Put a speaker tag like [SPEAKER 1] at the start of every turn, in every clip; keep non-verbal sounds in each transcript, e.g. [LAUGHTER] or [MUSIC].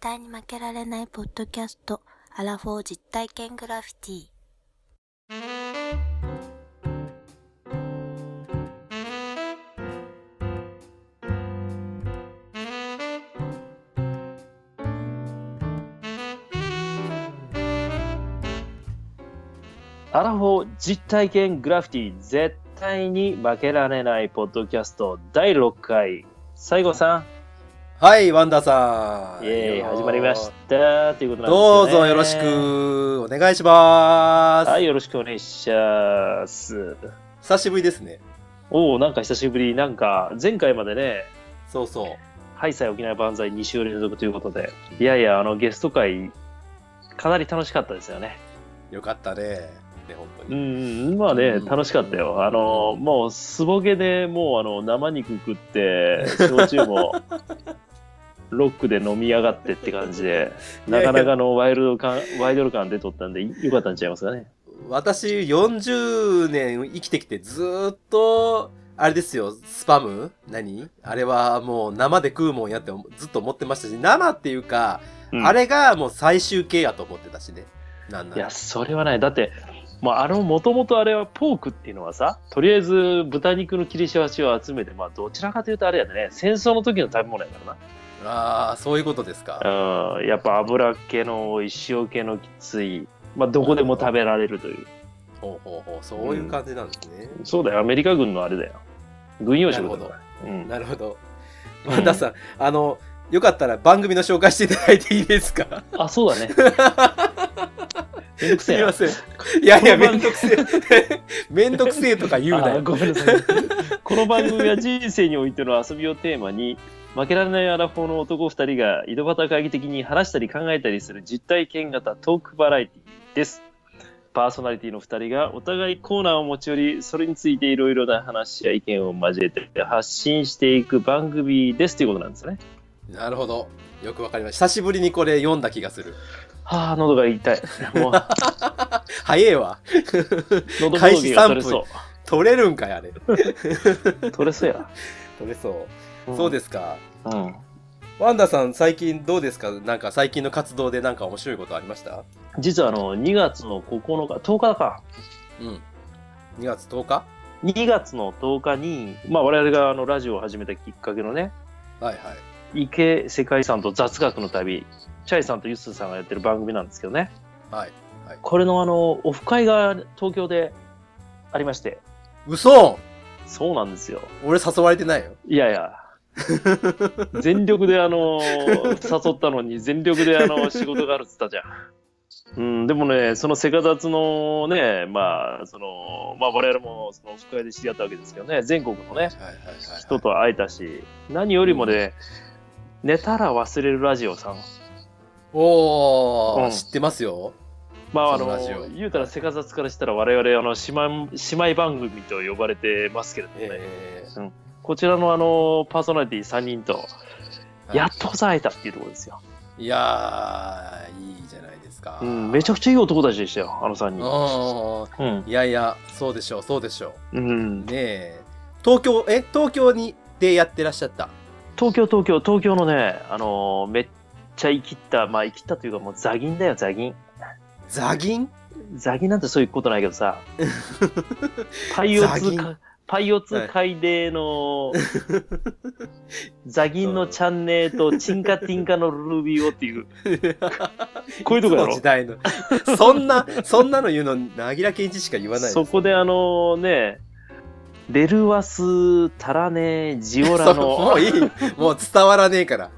[SPEAKER 1] 対に負けられないポッドキャスト、アラフォー実体験グラフィティ。
[SPEAKER 2] アラフォー実体験グラフィティ絶対に負けられないポッドキャスト第6回西郷さ
[SPEAKER 3] はい、ワンダーさ
[SPEAKER 2] ん
[SPEAKER 3] ん。
[SPEAKER 2] イエーイ
[SPEAKER 3] よ
[SPEAKER 2] 始まりましたということなんです
[SPEAKER 3] ど
[SPEAKER 2] よ
[SPEAKER 3] う
[SPEAKER 2] ね
[SPEAKER 3] ぞよろしくお願いします。
[SPEAKER 2] はいよろしくお願いします
[SPEAKER 3] 久しぶりですね。
[SPEAKER 2] おおなんか久しぶりなんか前回までね
[SPEAKER 3] そうそう。
[SPEAKER 2] ハイサイ沖縄万歳2週連続ということでいやいやあのゲスト会かなり楽しかったですよね
[SPEAKER 3] よかったね。ね、本当
[SPEAKER 2] う
[SPEAKER 3] に。
[SPEAKER 2] んまあね、
[SPEAKER 3] うん
[SPEAKER 2] 楽しかったよ。あの、もう、素ボゲでもう、あの、生肉食って、焼酎も、ロックで飲みやがってって感じで、なかなかのワイルド感、ワイドル感出とったんで、よかったんちゃいますかね。
[SPEAKER 3] 私、40年生きてきてずーっと、あれですよ、スパム何あれはもう生で食うもんやってずっと思ってましたし、生っていうか、
[SPEAKER 2] うん
[SPEAKER 3] あれがもう最終形やと思ってたしね。なんないら
[SPEAKER 2] や、それはない。だって、まあ、あの、もともとあれはポークっていうのはさ、とりあえず豚肉の切りしわしを集めて、まあ、どちらかというとあれやでね、戦争の時の食べ物やからな。
[SPEAKER 3] ああ、そういうことですか。
[SPEAKER 2] うん、やっぱ油っ気の多い、塩気のきつい、まあ、どこでも食べられるという。
[SPEAKER 3] ほうほうほう、そういう感じなんですね。
[SPEAKER 2] そうだよ、アメリカ軍のあれだよ。軍用食だ
[SPEAKER 3] な
[SPEAKER 2] か
[SPEAKER 3] るほど
[SPEAKER 2] ら。うん、
[SPEAKER 3] なるほど。ワンダさん、あの、よかったら番組の紹介していただいていいですか
[SPEAKER 2] あ、そうだね。めんどくせえ
[SPEAKER 3] すみま
[SPEAKER 2] な。
[SPEAKER 3] せん。いやいや、
[SPEAKER 2] この
[SPEAKER 3] め
[SPEAKER 2] 番
[SPEAKER 3] んどくせえ。 [LAUGHS] めんどくせえとか [LAUGHS] 言うな
[SPEAKER 2] あ
[SPEAKER 3] よ。
[SPEAKER 2] ごめんなさい。 [LAUGHS] この番組は人生においての遊びをテーマに、負けられないアラフォーの男2人が井戸端会議的に話したり考えたりする実体験型トークバラエティです。パーソナリティの2人がお互いコーナーを持ち寄り、それについていろいろな話や意見を交えて発信していく番組ですということなんですよね。
[SPEAKER 3] なるほど。よくわかりました。久しぶりにこれ読んだ気がする。
[SPEAKER 2] はあ、喉が痛 [LAUGHS] い。もう
[SPEAKER 3] 早えわ。
[SPEAKER 2] 喉峠が取れそ
[SPEAKER 3] 取れるんかい、あれ。
[SPEAKER 2] う。取れそう [LAUGHS] や。
[SPEAKER 3] 取れそう。そうですか。
[SPEAKER 2] す。うん。
[SPEAKER 3] ワンダさん、最近どうですかなんか最近の活動でなんか面白いことありました
[SPEAKER 2] 実はあの、2月の9日、10日か。
[SPEAKER 3] うん。2月10日
[SPEAKER 2] 2月の10日に、まあ我々があの、ラジオを始めたきっかけのね、
[SPEAKER 3] はいはい。
[SPEAKER 2] 池世界遺産と雑学の旅、チャイさんとユスさんがやってる番組なんですけどね。
[SPEAKER 3] はい。
[SPEAKER 2] これのあの、オフ会が東京でありまして、
[SPEAKER 3] 嘘
[SPEAKER 2] そうなんですよ。
[SPEAKER 3] 俺誘われてないよ。
[SPEAKER 2] いやいや。全力であの誘ったのに全力であの仕事があるっつったじゃん。うん、でもね、そのセカダツのね、まあ、その、まあ、我々もそのオフ会で知り合ったわけですけどね、全国のね、
[SPEAKER 3] はいはいはい、はい。
[SPEAKER 2] 人と会えたし、何よりもね、寝たら忘れるラジオさん。
[SPEAKER 3] おー、
[SPEAKER 2] うん
[SPEAKER 3] 知ってますよ。
[SPEAKER 2] まあ、あ
[SPEAKER 3] そのラジ
[SPEAKER 2] の
[SPEAKER 3] オ、
[SPEAKER 2] 言うたらセカダツからしたら我々、あの、姉妹姉妹番組と呼ばれてますけれどもね、
[SPEAKER 3] え
[SPEAKER 2] こちらのあの、パーソナリティ3人と、
[SPEAKER 3] はい
[SPEAKER 2] やっとこそ会えたっていうところですよ。
[SPEAKER 3] ー、いやー、いいじゃないですか。
[SPEAKER 2] うん、めちゃくちゃいい男たちでしたよ、あの3人。
[SPEAKER 3] あー
[SPEAKER 2] うん。
[SPEAKER 3] いやいや、そうでしょう、そうでしょ
[SPEAKER 2] うん
[SPEAKER 3] う。ねえ。東京、え、東京に、でやってらっしゃった。
[SPEAKER 2] 東京、東京、東京のね、あのーめっちゃ生きった、まあ生きったというかもうザギンだよ、ザギン。
[SPEAKER 3] ザギン [LAUGHS]
[SPEAKER 2] ザギンなんてそういうことないけどさ。パイオ
[SPEAKER 3] ザギ
[SPEAKER 2] ツ
[SPEAKER 3] ン
[SPEAKER 2] か、パイオツ海嶺の、ザギンのチャンネーと、チンカティンカのルビーオっていう、こういうとこや
[SPEAKER 3] いつの
[SPEAKER 2] ろ
[SPEAKER 3] 時。代の。そんな、そんなの言うの、なぎら健一しか言わない。
[SPEAKER 2] そこであのね、レルワス、タラネ、ジオラの。
[SPEAKER 3] もういい。もう伝わらねえから。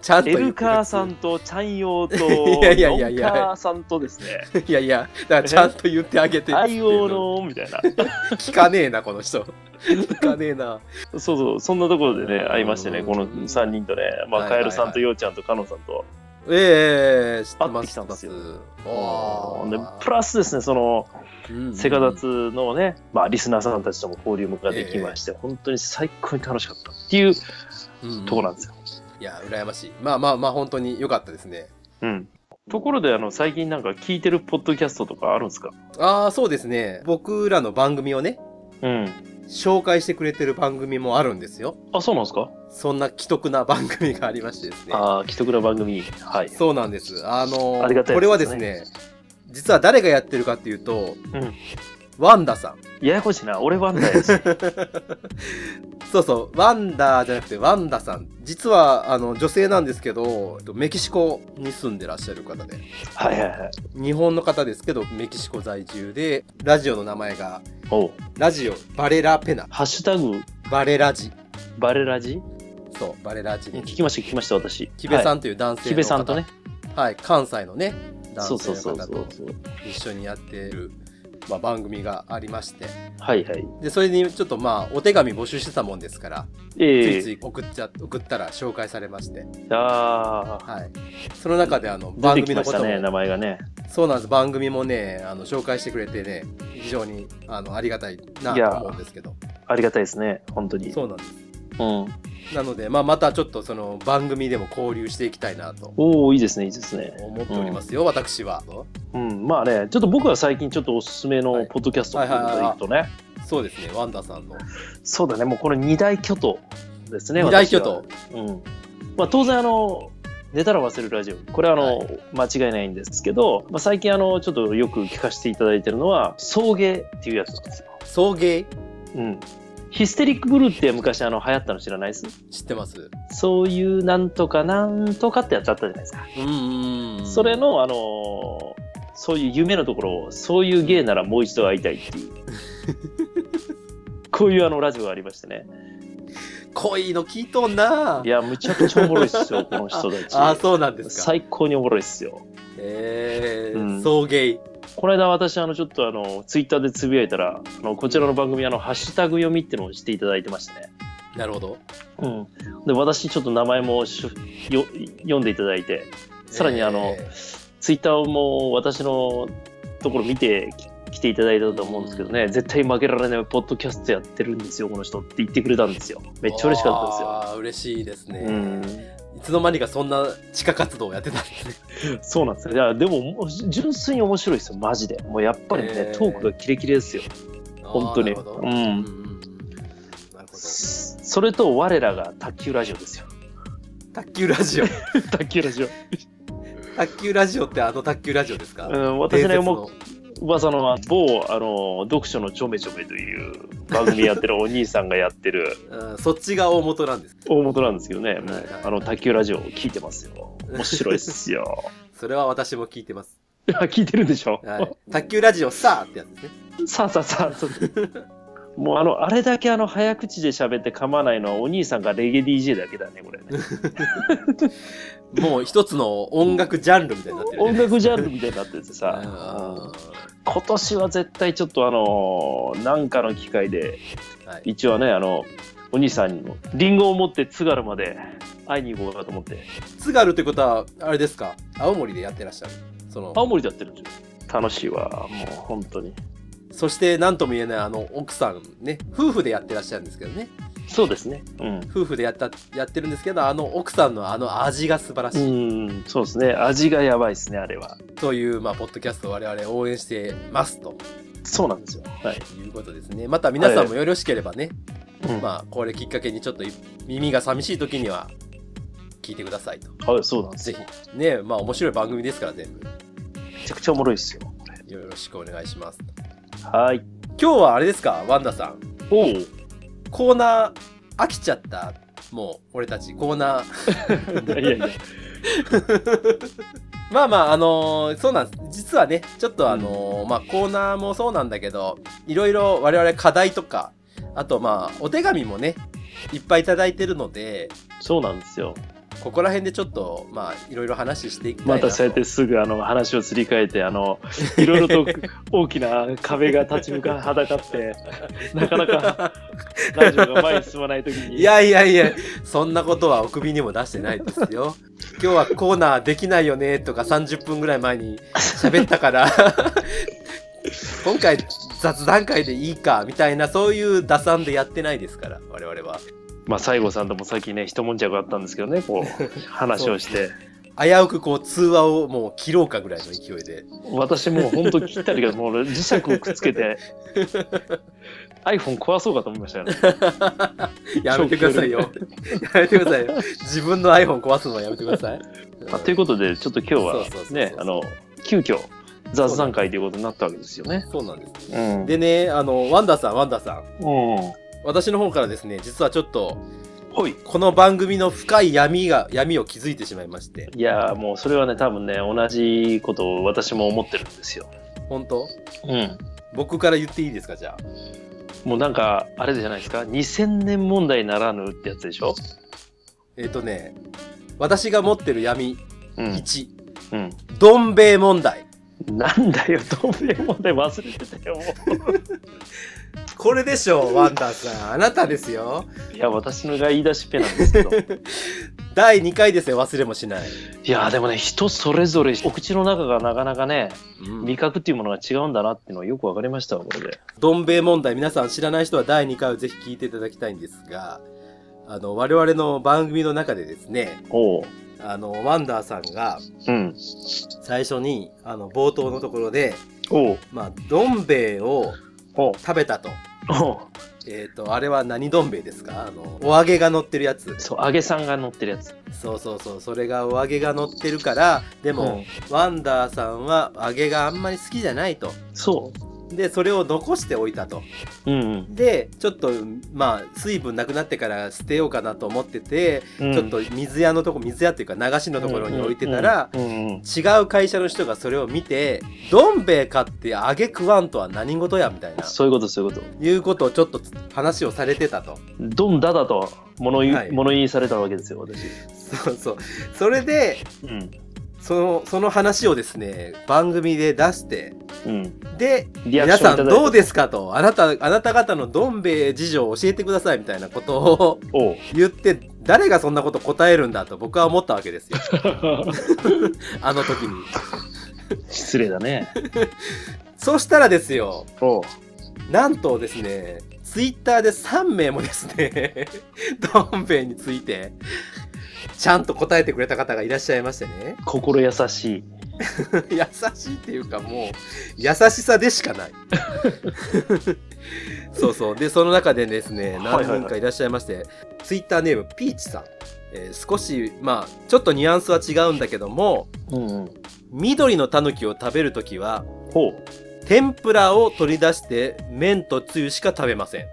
[SPEAKER 3] ちゃんと
[SPEAKER 2] エ
[SPEAKER 3] 言って
[SPEAKER 2] ルカーさんとチャンヨーと
[SPEAKER 3] [LAUGHS] いやいやいやいや
[SPEAKER 2] ノンカーさんとですね、
[SPEAKER 3] いやいや、だからちゃんと言ってあげて。
[SPEAKER 2] アイオー。のみたいな、 [LAUGHS]
[SPEAKER 3] 聞かねえな、この人。聞かねえな。
[SPEAKER 2] そうそう、そんなところでね、会いましてね、
[SPEAKER 3] うん
[SPEAKER 2] この3人とね、ま
[SPEAKER 3] は
[SPEAKER 2] あ、
[SPEAKER 3] いは
[SPEAKER 2] カエ
[SPEAKER 3] いはい
[SPEAKER 2] ルさんとヨウちゃんとカノンさんと、
[SPEAKER 3] ええ知って
[SPEAKER 2] 会っ
[SPEAKER 3] ま
[SPEAKER 2] て
[SPEAKER 3] す。
[SPEAKER 2] きたんですよ
[SPEAKER 3] 知ってますお
[SPEAKER 2] で
[SPEAKER 3] ー
[SPEAKER 2] プラスですね、その
[SPEAKER 3] うんうん
[SPEAKER 2] セカダツのね、まあ、リスナーさんたちとも交流ができまして、本当に最高に楽しかったっていうと
[SPEAKER 3] うんうん
[SPEAKER 2] ころなんですよ。
[SPEAKER 3] いや、羨ましい。まあまあまあ、本当に良かったですね。
[SPEAKER 2] うんところであの最近なんか聞いてるポッドキャストとかあるんですか
[SPEAKER 3] ああ、そうですね。僕らの番組をね、
[SPEAKER 2] うん
[SPEAKER 3] 紹介してくれてる番組もあるんですよ。
[SPEAKER 2] あ、そうなんですか
[SPEAKER 3] そんな既得な番組がありましてですね。
[SPEAKER 2] ああ、既得な番組。はい。
[SPEAKER 3] そうなんです。あの
[SPEAKER 2] ありがたい
[SPEAKER 3] これはで
[SPEAKER 2] です
[SPEAKER 3] す
[SPEAKER 2] ね
[SPEAKER 3] ね、実は誰がやってるかっていうと、
[SPEAKER 2] うん
[SPEAKER 3] ワンダさん。
[SPEAKER 2] ややこしいな。俺ワンダ
[SPEAKER 3] [LAUGHS]
[SPEAKER 2] やし。
[SPEAKER 3] そうそう、ワンダじゃなくてワンダさん。実はあの女性なんですけど、えっとメキシコに住んでらっしゃる方で、
[SPEAKER 2] はいはいはい。
[SPEAKER 3] 日本の方ですけど、メキシコ在住で、ラジオの名前が、
[SPEAKER 2] おう
[SPEAKER 3] ラジオバレラペナ、
[SPEAKER 2] ハッシュタグ、
[SPEAKER 3] バレラジ。
[SPEAKER 2] バレラジ
[SPEAKER 3] そう、バレラジ
[SPEAKER 2] 聞
[SPEAKER 3] に。
[SPEAKER 2] きました、聞きました、私。
[SPEAKER 3] キベさ
[SPEAKER 2] ん。
[SPEAKER 3] んという男性の方、
[SPEAKER 2] キベさんとね。。
[SPEAKER 3] はい、関西のね、
[SPEAKER 2] そ
[SPEAKER 3] 男
[SPEAKER 2] うそ
[SPEAKER 3] 性
[SPEAKER 2] うそ
[SPEAKER 3] の
[SPEAKER 2] う
[SPEAKER 3] 方
[SPEAKER 2] そ
[SPEAKER 3] と
[SPEAKER 2] うそう。
[SPEAKER 3] 一緒にやっている、まあ、番組がありまして、
[SPEAKER 2] はいはい。
[SPEAKER 3] で、それにちょっとまあ、お手紙募集してたもんですから、つ
[SPEAKER 2] え
[SPEAKER 3] い
[SPEAKER 2] え
[SPEAKER 3] つい送っちゃ、送ったら紹介されまして、
[SPEAKER 2] ああ。
[SPEAKER 3] はい。その中であの、番
[SPEAKER 2] 出てき
[SPEAKER 3] 組の
[SPEAKER 2] ま
[SPEAKER 3] こ
[SPEAKER 2] し
[SPEAKER 3] と
[SPEAKER 2] た
[SPEAKER 3] も、
[SPEAKER 2] ね、名前がね。
[SPEAKER 3] そうなんです、番組もね、あの、紹介してくれてね、非常に、あの、ありがたいない
[SPEAKER 2] や
[SPEAKER 3] と思うんですけど、
[SPEAKER 2] ありがたいですね、本当に。
[SPEAKER 3] そうなんです。
[SPEAKER 2] うん。
[SPEAKER 3] なので、まあ、またちょっとその、番組でも交流していきたいなと
[SPEAKER 2] おおいいですね、いいですね。
[SPEAKER 3] 思っておりますよ、私は。
[SPEAKER 2] うん、まあね、ちょっと僕は最近ちょっとおすすめ
[SPEAKER 3] は
[SPEAKER 2] の
[SPEAKER 3] い
[SPEAKER 2] ポッドキャストっていうことでいくとね、
[SPEAKER 3] そうですね、ワンダさんの。
[SPEAKER 2] そうだね、もうこれ二大巨頭ですね、
[SPEAKER 3] 二大
[SPEAKER 2] 私は
[SPEAKER 3] 巨頭。
[SPEAKER 2] うん。まあ当然あの、寝たら忘れるラジオ。これはあの、
[SPEAKER 3] は
[SPEAKER 2] 間違いないんですけど、まあ、最近あの、ちょっとよく聞かせていただいてるのは、送迎っていうやつなんですよ。
[SPEAKER 3] 送迎
[SPEAKER 2] うん。ヒステリックブルーって昔あの流行ったの知らないです
[SPEAKER 3] 知ってます
[SPEAKER 2] そういうなんとかなんとかってやつあったじゃないですか。
[SPEAKER 3] うんうん。
[SPEAKER 2] それの、あのーそういう夢のところを、そういう芸ならもう一度会いたいって
[SPEAKER 3] [LAUGHS]
[SPEAKER 2] いう。こういうあのラジオがありましてね。
[SPEAKER 3] 恋の聞いとんない
[SPEAKER 2] や、むちゃくちゃおもろいっすよ、この人たち。
[SPEAKER 3] [LAUGHS] ああ、そうなんですか。
[SPEAKER 2] 最高におもろいっすよ。
[SPEAKER 3] え
[SPEAKER 2] う
[SPEAKER 3] ー、
[SPEAKER 2] ん
[SPEAKER 3] 送迎。
[SPEAKER 2] この間私、あの、ちょっとあの、ツイッターでつぶやいたら、あの、こちらの番組、あの、ハッシュタグ読みってのをしていただいてましてね。
[SPEAKER 3] なるほど。
[SPEAKER 2] うん。で、私、ちょっと名前もしよ読んでいただいて、さらにあの、
[SPEAKER 3] えー
[SPEAKER 2] ツイッターも私のところ見てき来ていただいたと思うんですけどね、絶対負けられないポッドキャストやってるんですよ、この人って言ってくれたんですよ。めっちゃ嬉しかったですよ。
[SPEAKER 3] ああ、嬉しいですね。
[SPEAKER 2] うん、
[SPEAKER 3] いつの間にかそんな地下活動をやってたんですね。
[SPEAKER 2] そうなんですよいやでももう純粋に面白いですよマジでもうやっぱりね、
[SPEAKER 3] えー
[SPEAKER 2] トークがキレキレですよ [LAUGHS] 本当に
[SPEAKER 3] あーなるほど
[SPEAKER 2] うん
[SPEAKER 3] うんうんうんなるほど。
[SPEAKER 2] それと我らが卓球ラジオ
[SPEAKER 3] [LAUGHS]
[SPEAKER 2] ですよ
[SPEAKER 3] 卓球ラジオ。
[SPEAKER 2] 卓球ラジオ、
[SPEAKER 3] 卓球ラジオってあの卓球ラジオですか、
[SPEAKER 2] うん、私ねもう噂の某あの読書のちょめちょめという番組やってるお兄さんがやってる [LAUGHS]
[SPEAKER 3] 伝説のうんそっちが大元なんです。
[SPEAKER 2] 大元なんですけどね、も
[SPEAKER 3] はいうはい
[SPEAKER 2] あの卓球ラジオ聞いてますよ。面白いっす
[SPEAKER 3] [LAUGHS]
[SPEAKER 2] よ。
[SPEAKER 3] それは私も聞いてます。
[SPEAKER 2] あ聞いてるでしょ、
[SPEAKER 3] はい、卓球ラジオさあってやつですね。
[SPEAKER 2] さあさあさあ。そうもうあのあれだけあの早口で喋って噛まないのはお兄さんがレゲエ DJ だけだねこれ [LAUGHS] ね
[SPEAKER 3] もう一つの音楽ジャンルみたいになってる、ね。
[SPEAKER 2] 音楽ジャンルみたいになってて [LAUGHS]
[SPEAKER 3] あ
[SPEAKER 2] さ今年は絶対ちょっとあのーなんかの機会で
[SPEAKER 3] ーはい、
[SPEAKER 2] 一応ねあのお兄さんにもリンゴを持って津軽まで会いに行こうかと思って
[SPEAKER 3] 津軽ってことはあれですか青森でやってらっしゃるその
[SPEAKER 2] 青森でやってるんですよ楽しいわもう本当に
[SPEAKER 3] そして何とも言えないあの奥さんね夫婦でやってらっしゃるんですけどね
[SPEAKER 2] そうですねうん
[SPEAKER 3] 夫婦でやったやってるんですけどあの奥さんのあの味が素晴らし
[SPEAKER 2] う
[SPEAKER 3] い、
[SPEAKER 2] ん、そうですね。味がやばいですね、あれは。
[SPEAKER 3] という、まあ、ポッドキャストを我々応援してますと
[SPEAKER 2] そうなんですよ。はい。
[SPEAKER 3] いうことですねまた皆さんもよろしければね、
[SPEAKER 2] うん、
[SPEAKER 3] まあこれきっかけにちょっとい耳が寂しい時には聞いてくださいと
[SPEAKER 2] はい、そうなんです
[SPEAKER 3] ぜ
[SPEAKER 2] よ。
[SPEAKER 3] ひねまあ面白い番組ですから全部
[SPEAKER 2] めちゃくちゃおもろいですよ。これ
[SPEAKER 3] よろしくお願いします
[SPEAKER 2] はい。
[SPEAKER 3] 今日はあれですかワンダさん
[SPEAKER 2] おう
[SPEAKER 3] コーナー飽きちゃったもう俺たちコーナー
[SPEAKER 2] いやいやいや。
[SPEAKER 3] まあまああのーそうなんです実はねちょっとあのーまあコーナーもそうなんだけどいろいろ我々課題とかあとまあお手紙もねいっぱいいただいてるので
[SPEAKER 2] そうなんですよ。
[SPEAKER 3] ここら辺でちょっとまあいろいろ話していきたいな
[SPEAKER 2] ま
[SPEAKER 3] と
[SPEAKER 2] たそうやってすぐあの話をすり替えて、あ
[SPEAKER 3] [LAUGHS]
[SPEAKER 2] の、いろいろと大きな壁が立ち向かはだかって、なかなかラジオが前に進まないときに。
[SPEAKER 3] い、やいやいやそんなことはお首にも出してないですよ今日はコーナーできないよねとか30分ぐらい前に喋ったから
[SPEAKER 2] [LAUGHS]
[SPEAKER 3] 今回雑談会でいいかみたいなそういう打算でやってないですから我々は
[SPEAKER 2] まあ、西郷さんともさっきね、一悶着あったんですけどね、こう、話をして。
[SPEAKER 3] 危うくこう通話をもう切ろうかぐらいの勢いで
[SPEAKER 2] 私もう本当切ったりがもう俺磁石をくっつけて iPhone 壊そうかと思いました
[SPEAKER 3] [LAUGHS]
[SPEAKER 2] よ、ね、
[SPEAKER 3] やめてくださ
[SPEAKER 2] [LAUGHS]
[SPEAKER 3] いよやめてくださいよ自分の iPhone 壊すのはやめてください
[SPEAKER 2] まあということでちょっと今日
[SPEAKER 3] そう
[SPEAKER 2] は
[SPEAKER 3] そうそうそう
[SPEAKER 2] ねあの急遽雑談会ということになったわけですよね
[SPEAKER 3] そうなんです
[SPEAKER 2] うん
[SPEAKER 3] でねあのワンダーさんワンダーさん
[SPEAKER 2] うん
[SPEAKER 3] 私の方からですね実はちょっと
[SPEAKER 2] ほい
[SPEAKER 3] この番組の深い闇が闇を築いてしまいまして
[SPEAKER 2] いやーもうそれはね多分ね同じことを私も思ってるんですよ
[SPEAKER 3] 本当
[SPEAKER 2] うん
[SPEAKER 3] 僕から言っていいですかじゃあ
[SPEAKER 2] もうなんかあれじゃないですか2000年問題ならぬってやつでしょ
[SPEAKER 3] えっ、とね私が持ってる闇
[SPEAKER 2] うん、
[SPEAKER 3] 1
[SPEAKER 2] うん、
[SPEAKER 3] どん兵衛問題
[SPEAKER 2] なんだよ透明問題忘れてたよも
[SPEAKER 3] これでしょうワンダーさんあなたですよ
[SPEAKER 2] ういや私のが言い出しっぺなんですけ [LAUGHS] ど
[SPEAKER 3] 第2回ですよ忘れもしない、
[SPEAKER 2] いやーでもね人それぞれお口の中がなかなかね
[SPEAKER 3] うん
[SPEAKER 2] 味覚っていうものが違うんだなっていうのはよくわかりましたわこれで
[SPEAKER 3] どん兵衛問題皆さん知らない人は第2回をぜひ聞いていただきたいんですがあの我々の番組の中でですね
[SPEAKER 2] おう
[SPEAKER 3] あのワンダーさんが
[SPEAKER 2] うん
[SPEAKER 3] 最初にあの冒頭のところで、
[SPEAKER 2] おう
[SPEAKER 3] まあ、どん兵衛を
[SPEAKER 2] おう
[SPEAKER 3] 食べたと。
[SPEAKER 2] おう
[SPEAKER 3] えっ、と、あれは何どん兵衛ですかあの、お揚げが乗ってるやつ。
[SPEAKER 2] そう揚げさんが乗ってるやつ
[SPEAKER 3] そうそうそう、それがお揚げが乗ってるから、でも、ワンダーさんは揚げがあんまり好きじゃないと。
[SPEAKER 2] そ
[SPEAKER 3] で、それを残しておいたと。
[SPEAKER 2] ううん
[SPEAKER 3] で、ちょっと、まあ、水分なくなってから捨てようかなと思ってて、
[SPEAKER 2] うん
[SPEAKER 3] ちょっと水屋のとこ、水屋っていうか流しのところに置いてたら、
[SPEAKER 2] うんうんうん
[SPEAKER 3] 違う会社の人がそれを見て、どん兵衛買って揚げ食わんとは何事やみたいな、
[SPEAKER 2] そういうことそういうこと
[SPEAKER 3] いうことをちょっと話をされてたと。
[SPEAKER 2] ドンダダと物言,、
[SPEAKER 3] はい
[SPEAKER 2] 物言いされたわけですよ私
[SPEAKER 3] そうそう。それで、
[SPEAKER 2] うん
[SPEAKER 3] その、その話をですね、番組で出して、
[SPEAKER 2] うん
[SPEAKER 3] で、
[SPEAKER 2] リアク
[SPEAKER 3] 皆
[SPEAKER 2] ション
[SPEAKER 3] さ
[SPEAKER 2] いた
[SPEAKER 3] ん
[SPEAKER 2] だい
[SPEAKER 3] ど
[SPEAKER 2] て
[SPEAKER 3] うですかと、あなた、あなた方のどん兵衛事情を教えてくださいみたいなことを
[SPEAKER 2] おう
[SPEAKER 3] 言って、誰がそんなこと答えるんだと僕は思ったわけですよ。あの時に。
[SPEAKER 2] [LAUGHS] 失礼だね
[SPEAKER 3] そしたらですよ、
[SPEAKER 2] おう
[SPEAKER 3] なんとですね、ツイッターで3名もですね、どん兵衛について、ちゃんと答えてくれた方がいらっしゃいましてね。
[SPEAKER 2] 心優しい
[SPEAKER 3] 優しいっていうかもう優しさでしか
[SPEAKER 2] [LAUGHS]
[SPEAKER 3] ないそうそうでその中でです
[SPEAKER 2] は
[SPEAKER 3] ね
[SPEAKER 2] いはいはい
[SPEAKER 3] 何人かいらっしゃいまして、ツイッターネームピーチさん、えー少しまあちょっとニュアンスは違うんだけども
[SPEAKER 2] うんうん
[SPEAKER 3] 緑のタヌキを食べるときは
[SPEAKER 2] ほう
[SPEAKER 3] 天ぷらを取り出して麺とつゆしか食べません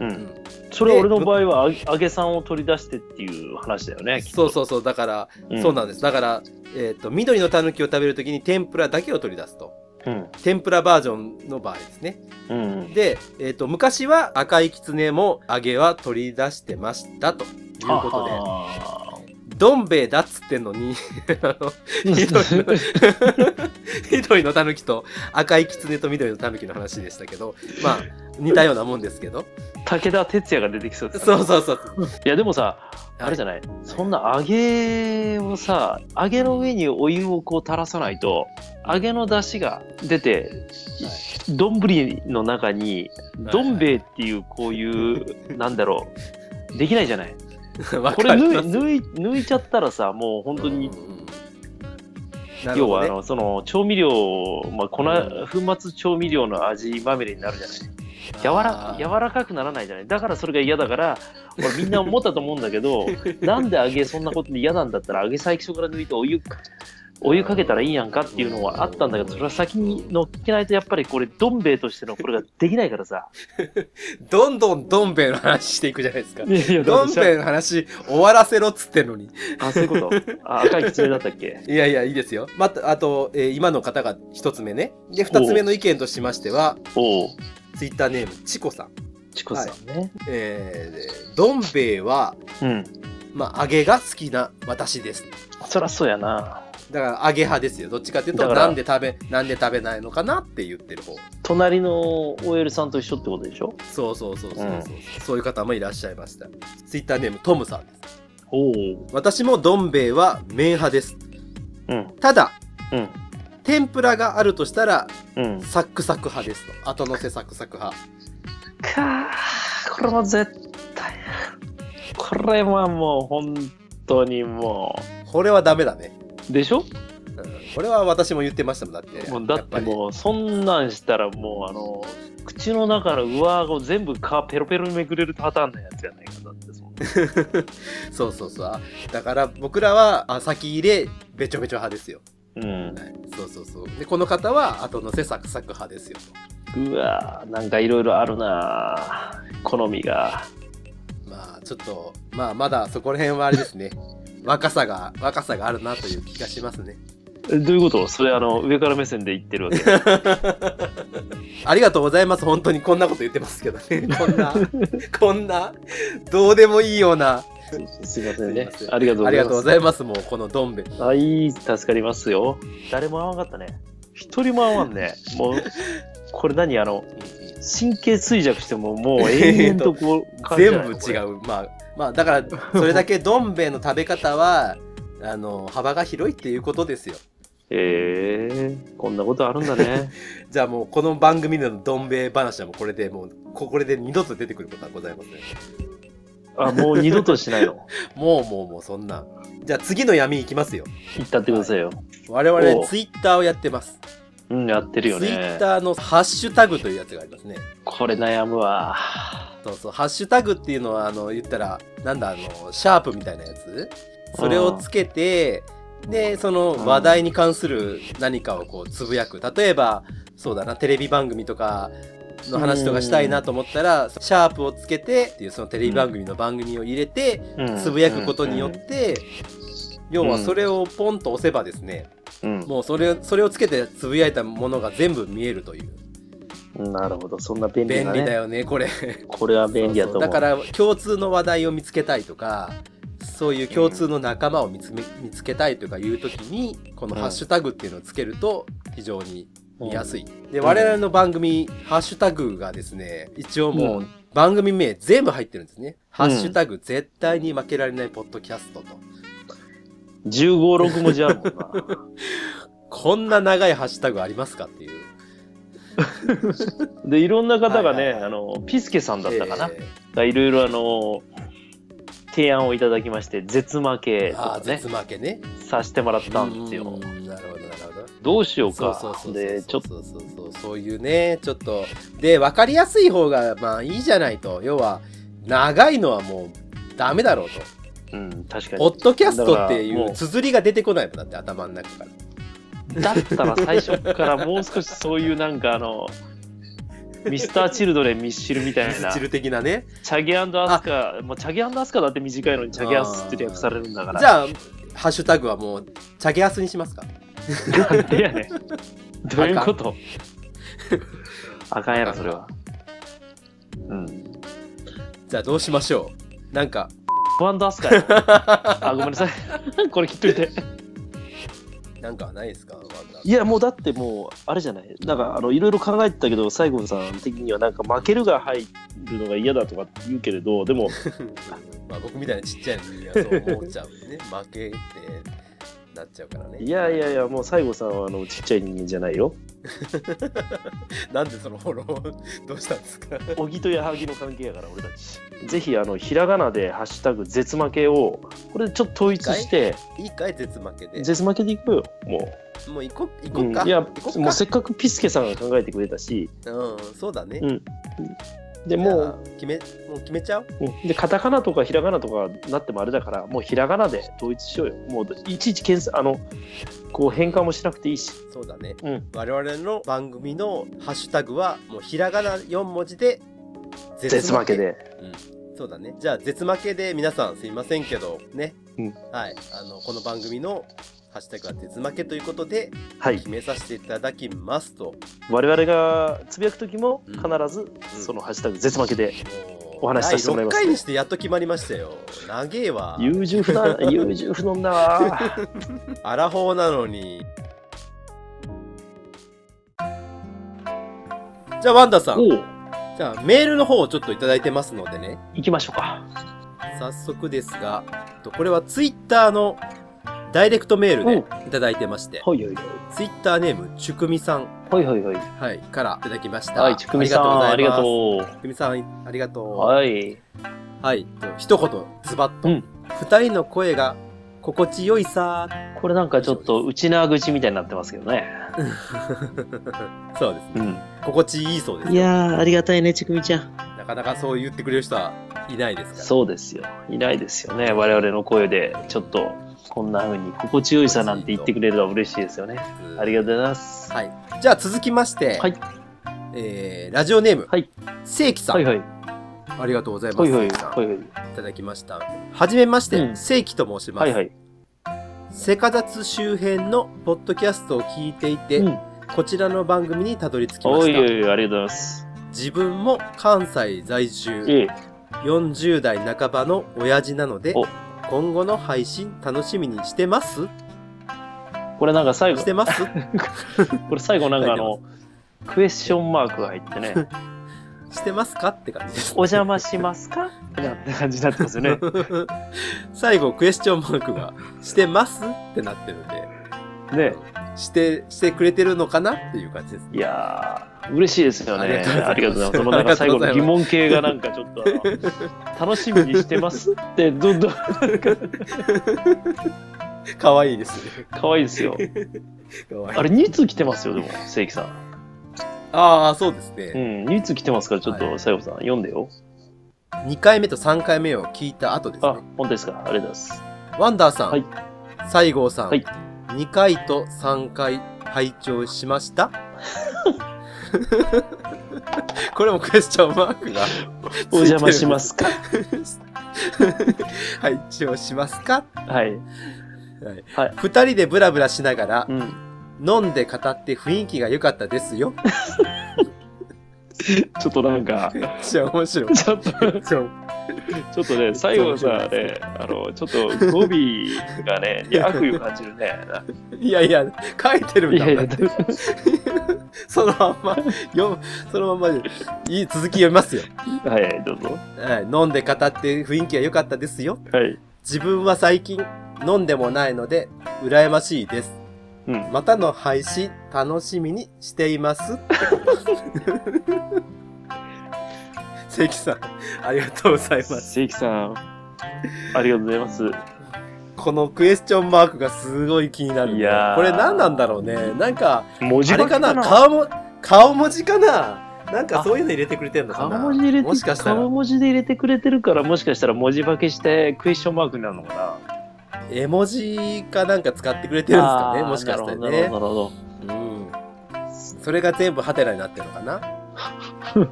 [SPEAKER 2] うんそれは俺の場合はあ揚げさんを取り出してっていう話だよね
[SPEAKER 3] そうそうそうだから、そうなんですだから、えー、と緑のタヌキを食べるときに天ぷらだけを取り出すと
[SPEAKER 2] うん
[SPEAKER 3] 天ぷらバージョンの場合ですね
[SPEAKER 2] うんうん
[SPEAKER 3] で、えー、と昔は赤いキツネも揚げは取り出してましたということで [LAUGHS]
[SPEAKER 2] あ
[SPEAKER 3] どん兵衛だっつってんのに [LAUGHS] あの
[SPEAKER 2] ー
[SPEAKER 3] 緑の緑のタヌキと赤いキツネと緑のタヌキの話でしたけどまあ似たようなもんですけど
[SPEAKER 2] [LAUGHS] 武田鉄矢が出てきそうですね、
[SPEAKER 3] そうそうそう
[SPEAKER 2] いやでもさあれじゃない、そんな揚げをさ揚げの上にお湯をこう垂らさないと揚げの出汁が出て丼、の中にどん兵衛っていうこう
[SPEAKER 3] [LAUGHS]
[SPEAKER 2] いうなんだろうできないじゃない
[SPEAKER 3] わ
[SPEAKER 2] こ [LAUGHS]
[SPEAKER 3] か
[SPEAKER 2] れ抜
[SPEAKER 3] り
[SPEAKER 2] い
[SPEAKER 3] ます
[SPEAKER 2] 抜い抜いちゃったらさもう本当に
[SPEAKER 3] うんうんうんなる
[SPEAKER 2] 要
[SPEAKER 3] ほど
[SPEAKER 2] はあ
[SPEAKER 3] ね
[SPEAKER 2] のその調味料、まあ、粉
[SPEAKER 3] うん
[SPEAKER 2] 粉末調味料の味まみれになるじゃない柔ら
[SPEAKER 3] あー
[SPEAKER 2] 柔らかくならないじゃないだからそれが嫌だから俺みんな思ったと思うんだけ [LAUGHS] どなんで揚げそんなことで嫌なんだったら揚げ最初から抜いてお湯お湯かけたらいいやんかっていうのはあったんだけどそれは先に乗っけないとやっぱりこれどん兵衛としてのこれができないから [LAUGHS] さ
[SPEAKER 3] どんどんどん兵衛の話していくじゃな
[SPEAKER 2] [LAUGHS]
[SPEAKER 3] いですかどん兵衛
[SPEAKER 2] 衛
[SPEAKER 3] の話終わらせろっつってんのに
[SPEAKER 2] あそういうことあ赤い狐だったっけ
[SPEAKER 3] いやいや、いいですよ。また、あと、えー今の方が一つ目ね。で、二つ目の意見としましては、
[SPEAKER 2] [LAUGHS] おお
[SPEAKER 3] ツイッターネーム、チコさん。
[SPEAKER 2] チコさんね、
[SPEAKER 3] えー、どん兵衛は、
[SPEAKER 2] うん
[SPEAKER 3] まあ、揚げが好きな私です。
[SPEAKER 2] そりゃそうやな
[SPEAKER 3] だから、揚げ派ですよ。どっちかっていうと、
[SPEAKER 2] だから
[SPEAKER 3] なんで食べ、なんで食べないのかなって言ってる方。
[SPEAKER 2] 隣の OL さんと一緒ってことでしょ
[SPEAKER 3] そうそうそうそうそう、
[SPEAKER 2] うん
[SPEAKER 3] そういう方もいらっしゃいました。ツイッターネーム、トムさんです。
[SPEAKER 2] おお
[SPEAKER 3] 私もどん兵衛は麺派です。
[SPEAKER 2] うん
[SPEAKER 3] ただ、
[SPEAKER 2] うん
[SPEAKER 3] 天ぷらがあるとしたら、
[SPEAKER 2] うん
[SPEAKER 3] サックサク派ですと。後乗せサクサク派。
[SPEAKER 2] かーこれも絶対これはもう本当にも
[SPEAKER 3] これはダメだね、
[SPEAKER 2] でしょ
[SPEAKER 3] うんこれは私も言ってましたもんだって
[SPEAKER 2] もうだ
[SPEAKER 3] や
[SPEAKER 2] っ
[SPEAKER 3] ぱ
[SPEAKER 2] て
[SPEAKER 3] り
[SPEAKER 2] もうそんなんしたらもうあの口の中から上顎全部皮ペロペロにめくれるパターンのやつやないかだってそんな
[SPEAKER 3] そうそうそうあだから僕らはあ先入れべちょべちょ派ですよ、
[SPEAKER 2] うん
[SPEAKER 3] はい、そうそうそうでこの方は後のせサクサク派ですよ
[SPEAKER 2] うわーなんかいろいろあるなあ好みが
[SPEAKER 3] まあちょっとまあまだそこら辺はあれですね [LAUGHS] 若さが若さがあるなという気がしますね
[SPEAKER 2] えどういうことそれあの上から目線で言ってるわ
[SPEAKER 3] [LAUGHS]
[SPEAKER 2] け
[SPEAKER 3] ありがとうございます本当にこんなこと言ってますけどね [LAUGHS] こんなこんなどうでもいいような
[SPEAKER 2] すいません
[SPEAKER 3] すい
[SPEAKER 2] ね
[SPEAKER 3] ません
[SPEAKER 2] ありがとう
[SPEAKER 3] あ
[SPEAKER 2] ご
[SPEAKER 3] り
[SPEAKER 2] ざい
[SPEAKER 3] がとう
[SPEAKER 2] ま
[SPEAKER 3] ご
[SPEAKER 2] す
[SPEAKER 3] ざいますもうこのどんべ
[SPEAKER 2] あいい助かりますよ誰も合わんかったね一人も合わんね [LAUGHS] もうこれ何あの神経衰弱してももう永遠とこう感じ
[SPEAKER 3] [LAUGHS] 全
[SPEAKER 2] ない
[SPEAKER 3] 部
[SPEAKER 2] これ
[SPEAKER 3] 違うまあまあだからそれだけどん兵衛の食べ方は [LAUGHS] あの幅が広いっていうことですよ
[SPEAKER 2] えー、こんなことあるんだ
[SPEAKER 3] [LAUGHS]
[SPEAKER 2] ね。
[SPEAKER 3] じゃあもうこの番組でのどん兵衛話はもうこれでもうここれで二度と出てくることはございません
[SPEAKER 2] あ、もう二度としないの。
[SPEAKER 3] もうもうもうそんなじゃあ次の闇いきますよ
[SPEAKER 2] 言ったってくださいよ。
[SPEAKER 3] 我
[SPEAKER 2] お
[SPEAKER 3] 々
[SPEAKER 2] う
[SPEAKER 3] ツイッターをやってます
[SPEAKER 2] うん、やってるよ
[SPEAKER 3] ツイッ
[SPEAKER 2] ね。
[SPEAKER 3] ターのハッシュタグというやつがありますね
[SPEAKER 2] これ悩むわ。
[SPEAKER 3] そうそうハッシュタグっていうのはあの言ったらなんだあのシャープみたいなやつそれをつけてでその話題に関する何かをこうつぶやく例えばそうだなテレビ番組とかの話とかしたいなと思ったらシャープをつけてっていうそのテレビ番組の番組を入れて
[SPEAKER 2] うん
[SPEAKER 3] つぶやくことによっ。て要はそれをポンと押せばですね
[SPEAKER 2] うんうん
[SPEAKER 3] もうそれそれをつけてつぶやいたものが全部見えるという
[SPEAKER 2] うんなるほど、そんな便利
[SPEAKER 3] 便
[SPEAKER 2] な
[SPEAKER 3] 利だ
[SPEAKER 2] ね。
[SPEAKER 3] よねこれ
[SPEAKER 2] これは便利やと思う。
[SPEAKER 3] そうそうだから共通の話題を見つけたいとかそういう共通の仲間を見つめ見つけたいとかいう時にこの
[SPEAKER 2] うん
[SPEAKER 3] ハッシュタグっていうのをつけると非常に見やす
[SPEAKER 2] い。
[SPEAKER 3] い、で我々の番組ハッシュタグがですね一応もう番組名全部入ってるんですね、ハッシュタグ絶対に負けられないポッドキャストと
[SPEAKER 2] 15、6文字あるもんな。
[SPEAKER 3] [LAUGHS] こんな長いハッシュタグありますかっていう
[SPEAKER 2] で、いろんな方がね、
[SPEAKER 3] はいはいはい
[SPEAKER 2] あの、ピスケさんだったかな。
[SPEAKER 3] え
[SPEAKER 2] がいろいろあの、提案をいただきまして、絶負け
[SPEAKER 3] ー
[SPEAKER 2] と
[SPEAKER 3] あ
[SPEAKER 2] か
[SPEAKER 3] ー
[SPEAKER 2] ね
[SPEAKER 3] 絶、負けね
[SPEAKER 2] さしてもらったんですよ
[SPEAKER 3] う。んなるほどなるほど
[SPEAKER 2] どうしよう
[SPEAKER 3] そう
[SPEAKER 2] か
[SPEAKER 3] そうそう。
[SPEAKER 2] で、ちょっと、
[SPEAKER 3] そうそうそうそういうねちょっとで分かりやすい方がまあいいじゃないと要は長いのはもうダメだろうと
[SPEAKER 2] うん、確かに
[SPEAKER 3] ポ。ッドキャストってい
[SPEAKER 2] だから
[SPEAKER 3] う
[SPEAKER 2] もう
[SPEAKER 3] 綴りが出てこないもんだって頭の中から
[SPEAKER 2] だったら最初からもう少しそういうなんかあのミスター・チルドレン・ミッシルみたいな
[SPEAKER 3] チル的なね
[SPEAKER 2] チャゲアスカもうチャゲアスカだって短いのにチャゲアスって略されるんだから
[SPEAKER 3] じゃあハッシュタグはもうチャゲアスにしますか
[SPEAKER 2] なんでやねんどういうことあかんやろそれはうん
[SPEAKER 3] じゃあどうしましょうなんか
[SPEAKER 2] ファンドアス [LAUGHS] カやろあごめんなさいこれ切っとい [LAUGHS] て
[SPEAKER 3] なんかないですかワンダ
[SPEAKER 2] いやもうだってもうあれじゃないなんかあのいろいろ考えてたけど西郷さん的にはなんか負けるが入るのが嫌だとかって言うけれどでも
[SPEAKER 3] まあ僕みたいなちっちゃいのにはそう思っちゃう
[SPEAKER 2] [LAUGHS]
[SPEAKER 3] ね負けってなっちゃうからね
[SPEAKER 2] いやいやいや、もう西郷さんはあのちっちゃい人間じゃないよ。
[SPEAKER 3] なんでそのフォロー [LAUGHS] どうしたんですか
[SPEAKER 2] 小木と矢作の関係やから、俺たち。ぜひ、あの、ひらがなで、ハッシュタグ、絶負けを、これちょっと統一して、
[SPEAKER 3] いいかい絶負けで
[SPEAKER 2] 絶負けでいこうよ、も
[SPEAKER 3] もう行こ行
[SPEAKER 2] う。
[SPEAKER 3] こっか、
[SPEAKER 2] うんいや、
[SPEAKER 3] 行こっか
[SPEAKER 2] もうせっかくピスケさんが考えてくれたし、
[SPEAKER 3] うんそうだね、
[SPEAKER 2] うんで
[SPEAKER 3] じゃあ
[SPEAKER 2] も
[SPEAKER 3] 決めもう決めちゃおう
[SPEAKER 2] う、うんで、カタカナとかひらがなとかなってもあれだから、もうひらがなで統一しようよ。もう、いちいち検索、あの、こう変換もしなくていいし。
[SPEAKER 3] そうだね、
[SPEAKER 2] うん
[SPEAKER 3] 我々の番組のハッシュタグはもうひらがな4文字で
[SPEAKER 2] 絶負けで。
[SPEAKER 3] そうだねじゃあ絶負けで皆さんすいませんけどね、
[SPEAKER 2] うん
[SPEAKER 3] はいあのこの番組のハッシュタグは絶負けということで
[SPEAKER 2] はい
[SPEAKER 3] 決。めさせていただきますと、
[SPEAKER 2] 我々がつぶやくときも、
[SPEAKER 3] うん
[SPEAKER 2] 必ず、
[SPEAKER 3] うん
[SPEAKER 2] そのハッシュタグ、絶負けで。
[SPEAKER 3] もう
[SPEAKER 2] お話しさせてもらいます
[SPEAKER 3] 第6回にしてやっと決まりましたよ長えわ
[SPEAKER 2] 優柔不 [LAUGHS] 断、優柔不断だ [LAUGHS] わ。
[SPEAKER 3] アラフォーなのにじゃあワンダさん
[SPEAKER 2] おう
[SPEAKER 3] じゃあメールの方をちょっといただいてますのでね
[SPEAKER 2] 行きましょうか。
[SPEAKER 3] 早速ですがえっとこれはツイッターのダイレクトメールでいただいてまして
[SPEAKER 2] はいはい
[SPEAKER 3] ツイッターネームちゅくみさん、
[SPEAKER 2] はい。はいはいは
[SPEAKER 3] はい、からいただきまし
[SPEAKER 2] い。
[SPEAKER 3] た
[SPEAKER 2] はい、ちくみさん、ありが
[SPEAKER 3] う
[SPEAKER 2] と
[SPEAKER 3] ちくみさんありがとう
[SPEAKER 2] う。はい。
[SPEAKER 3] はい、えっと一言ズバッと、
[SPEAKER 2] うん
[SPEAKER 3] 二人の声が心地よいさ
[SPEAKER 2] これなんかちょっと内縄口みたいになってますけどね。
[SPEAKER 3] ー [LAUGHS] そうですね
[SPEAKER 2] うん。
[SPEAKER 3] 心地いいそうです
[SPEAKER 2] い
[SPEAKER 3] よ
[SPEAKER 2] やー、ありがたいね、ちくみちゃん。
[SPEAKER 3] なかなかそう言ってくれる人はいないですから
[SPEAKER 2] そうですよ。いないですよね。我々の声で、ちょっと、こんな風に心地よいさなんて言ってくれるのは嬉しいですよね。
[SPEAKER 3] うん
[SPEAKER 2] ありがとうございます。
[SPEAKER 3] はいじゃあ続きまして、
[SPEAKER 2] はい
[SPEAKER 3] えーラジオネーム、
[SPEAKER 2] はい
[SPEAKER 3] 正規さん、
[SPEAKER 2] はいはい。
[SPEAKER 3] ありがとうございます、
[SPEAKER 2] はいはい。
[SPEAKER 3] 正規さん
[SPEAKER 2] はいはい。
[SPEAKER 3] いただきましたはじめまして、
[SPEAKER 2] うん
[SPEAKER 3] 正規と申します、
[SPEAKER 2] はいはい。
[SPEAKER 3] セカザツ周辺のポッドキャストを聞いていて、
[SPEAKER 2] うん。
[SPEAKER 3] こちらの番組にたどり着きま
[SPEAKER 2] お
[SPEAKER 3] し
[SPEAKER 2] い
[SPEAKER 3] た
[SPEAKER 2] おいおい、ありがとうございます。
[SPEAKER 3] 自分も関西在住
[SPEAKER 2] ええ。
[SPEAKER 3] 40代半ばの親父なので
[SPEAKER 2] お
[SPEAKER 3] 今後の配信楽しみにしてます
[SPEAKER 2] これなんか最後
[SPEAKER 3] し、てます
[SPEAKER 2] これ最後なんかあの、クエスチョンマークが入って [LAUGHS] ね、
[SPEAKER 3] してますかって感じです
[SPEAKER 2] お邪魔しますかって感じになってますよ [LAUGHS] ね。
[SPEAKER 3] [LAUGHS] 最後クエスチョンマークが「してます?」ってなってるんで
[SPEAKER 2] ね。
[SPEAKER 3] してしてくれてるのかなっていう感じです
[SPEAKER 2] いやー、嬉しいですよね。あ
[SPEAKER 3] あ
[SPEAKER 2] り
[SPEAKER 3] り
[SPEAKER 2] が
[SPEAKER 3] が
[SPEAKER 2] と
[SPEAKER 3] と
[SPEAKER 2] うございます。
[SPEAKER 3] うございます
[SPEAKER 2] もうなんか最後
[SPEAKER 3] あ
[SPEAKER 2] の疑
[SPEAKER 3] りがとう
[SPEAKER 2] 問系がなんかちょっと、あ [LAUGHS] の楽しみにしてますって、どんどん、
[SPEAKER 3] 可愛いですね [LAUGHS]
[SPEAKER 2] 可愛いですよ。
[SPEAKER 3] 可愛い
[SPEAKER 2] あれ、2通来てますよ、でも、正規さん。
[SPEAKER 3] ああそうです
[SPEAKER 2] う
[SPEAKER 3] ね、
[SPEAKER 2] ん、2通来てますから、ちょっ
[SPEAKER 3] は
[SPEAKER 2] と、最後さん、読んでよ。
[SPEAKER 3] 2回目と3回目を聞いた後です
[SPEAKER 2] あ
[SPEAKER 3] ね、
[SPEAKER 2] 本当ですか。ありがとうございます。
[SPEAKER 3] [LAUGHS] ワンダーさん、
[SPEAKER 2] はい
[SPEAKER 3] 西郷さん、
[SPEAKER 2] はい
[SPEAKER 3] 2回と3回拝聴しました [LAUGHS] これもクエスチョンマークが
[SPEAKER 2] [LAUGHS] お邪魔しますか。
[SPEAKER 3] [LAUGHS] 拝聴しますか、
[SPEAKER 2] はい。
[SPEAKER 3] はい
[SPEAKER 2] はい
[SPEAKER 3] 2人でブラブラしながら [LAUGHS]
[SPEAKER 2] うん。
[SPEAKER 3] 飲んで語って雰囲気が良かったですよ
[SPEAKER 2] ちょっとなんか、
[SPEAKER 3] めっちゃ面白
[SPEAKER 2] [LAUGHS]
[SPEAKER 3] い
[SPEAKER 2] ちょっと、
[SPEAKER 3] めっちゃ
[SPEAKER 2] ちょっと
[SPEAKER 3] [LAUGHS]
[SPEAKER 2] ね、最後さ、ね、あの、ちょっと語尾が
[SPEAKER 3] [LAUGHS]
[SPEAKER 2] ね、いや悪意を感じるね。
[SPEAKER 3] いやいや書いてる
[SPEAKER 2] い
[SPEAKER 3] んだ
[SPEAKER 2] やい
[SPEAKER 3] も
[SPEAKER 2] や
[SPEAKER 3] ん、 [LAUGHS] そのまんま読むそのまんまいい続き読みますよ、
[SPEAKER 2] はい、どうぞ。
[SPEAKER 3] はい、飲んで語って雰囲気が良かったですよ
[SPEAKER 2] はい。
[SPEAKER 3] 自分は最近飲んでもないので羨ましいです。
[SPEAKER 2] うん。
[SPEAKER 3] またの配信楽しみにして
[SPEAKER 2] [LAUGHS]
[SPEAKER 3] います。関さん、ありがとうございます。
[SPEAKER 2] 正規さん、ありがとうございます。
[SPEAKER 3] このクエスチョンマークがすごい気になる
[SPEAKER 2] い
[SPEAKER 3] ね。
[SPEAKER 2] やー
[SPEAKER 3] これ何なんだろうね。なんか、
[SPEAKER 2] 文
[SPEAKER 3] あれかな顔も、顔文字かななんかそういうの入れてくれてんのか
[SPEAKER 2] 顔
[SPEAKER 3] な
[SPEAKER 2] 文字で入れ
[SPEAKER 3] もしてかした
[SPEAKER 2] 顔
[SPEAKER 3] ら、
[SPEAKER 2] 文字で入れてくれてるからもしかしたら文字化けしてクエスチョンマークになるのかな
[SPEAKER 3] 絵文字かなんか使ってくれてるんですかね
[SPEAKER 2] あー
[SPEAKER 3] もしかしたら
[SPEAKER 2] なる
[SPEAKER 3] ね
[SPEAKER 2] ほ。どなるほど
[SPEAKER 3] うん。それが全部ハテナになってるのかな
[SPEAKER 2] なるほど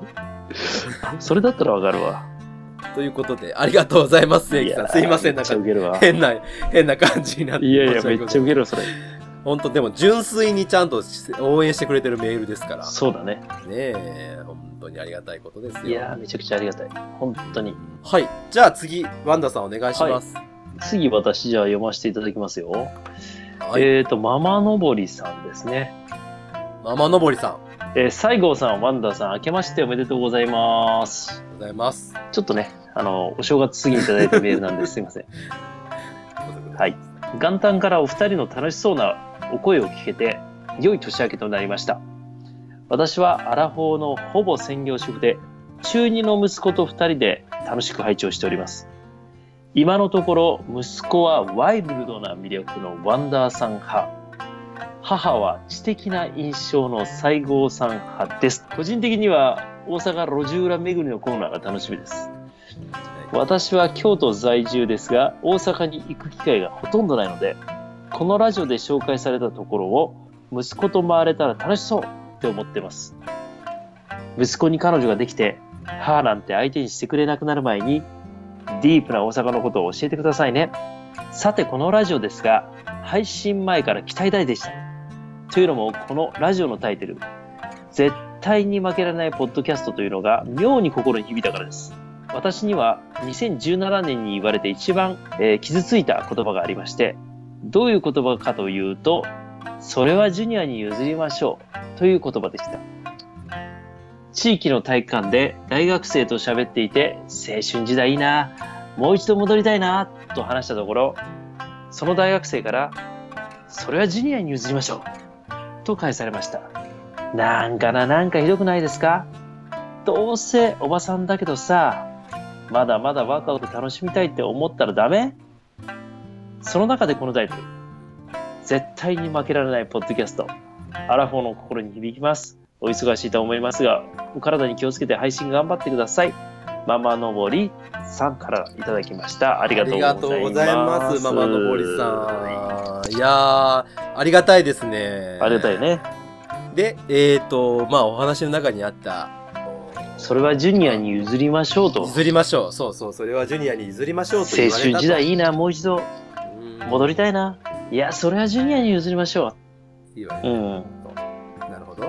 [SPEAKER 2] それだったらわかるわ
[SPEAKER 3] ということで、ありがとうございます、正義さん。すいません、
[SPEAKER 2] な
[SPEAKER 3] なん
[SPEAKER 2] んかめっちゃウケる
[SPEAKER 3] か
[SPEAKER 2] わ
[SPEAKER 3] [LAUGHS] 変な、変な感じになって。
[SPEAKER 2] いやいや
[SPEAKER 3] 申し
[SPEAKER 2] め
[SPEAKER 3] 訳
[SPEAKER 2] っ
[SPEAKER 3] ご
[SPEAKER 2] ち
[SPEAKER 3] ざ
[SPEAKER 2] ゃウ
[SPEAKER 3] いま
[SPEAKER 2] ケるわそれ
[SPEAKER 3] せん本当でも純粋にちゃんと応援してくれてるメールですから。ね
[SPEAKER 2] そうだね
[SPEAKER 3] え、本当にありがたいことですよ。
[SPEAKER 2] いやーめちゃくちゃありがたい本当に
[SPEAKER 3] はい。じゃあ次、ワンダさんお願いします。
[SPEAKER 2] 次私じゃあ読ませていただきますよ
[SPEAKER 3] はい。
[SPEAKER 2] えっとママのぼりさんですね
[SPEAKER 3] ママのぼりさん、あり
[SPEAKER 2] えー西郷さんワンダーさん明けましておめでとうございます
[SPEAKER 3] がとうございます。
[SPEAKER 2] ちょっとねあのお正月過ぎにいただいたメールなん
[SPEAKER 3] [LAUGHS]
[SPEAKER 2] ですいませんはい。元旦からお二人の楽しそうなお声を聞けて、良い年明けとなりました。私はアラフォーのほぼ専業主婦で、中二の息子と二人で楽しく拝聴しております。今のところ、息子はワイルドな魅力のワンダーさん派。母は知的な印象の西郷さん派です。個人的には大阪路地裏巡りのコーナーが楽しみです。私は京都在住ですが大阪に行く機会がほとんどないのでこのラジオで紹介されたところを息子と回れたら楽しそうって思ってます息子に彼女ができて母なんて相手にしてくれなくなる前にディープな大阪のことを教えてくださいねさてこのラジオですが配信前から期待大でしたというのもこのラジオのタイトル「絶対に負けられないポッドキャスト」というのが妙に心に響いたからです私には2017年に言われて一番、えー傷ついた言葉がありましてどういう言葉かというと「それはジュニアに譲りましょう」という言葉でした地域の体育館で大学生と喋っていて「青春時代いいなもう一度戻りたいな」と話したところその大学生から「それはジュニアに譲りましょう」と返されましたなんかななんかひどくないですかどうせおばさんだけどさまだまだ若く楽しみたいって思ったらダメその中でこのタイトル。絶対に負けられないポッドキャスト。アラフォーの心に響きます。お忙しいと思いますが、お体に気をつけて配信頑張ってください。ママのぼりさんからいただきました。ありがとうございます。
[SPEAKER 3] ママのぼりさん。いやー、ありがたいですね。
[SPEAKER 2] ありがたい。ね。
[SPEAKER 3] で、えっ、ー、と、まあ、お話の中にあった、
[SPEAKER 2] それはジュニアに譲りましょうと。
[SPEAKER 3] 譲りましょう。そうそう、それはジュニアに譲りましょうと言
[SPEAKER 2] 青
[SPEAKER 3] われたと
[SPEAKER 2] 春時代いいな、もう一度戻りたいな。いや、それはジュニアに譲りましょ
[SPEAKER 3] うん言われ
[SPEAKER 2] う。う
[SPEAKER 3] た
[SPEAKER 2] ん。
[SPEAKER 3] なるほど。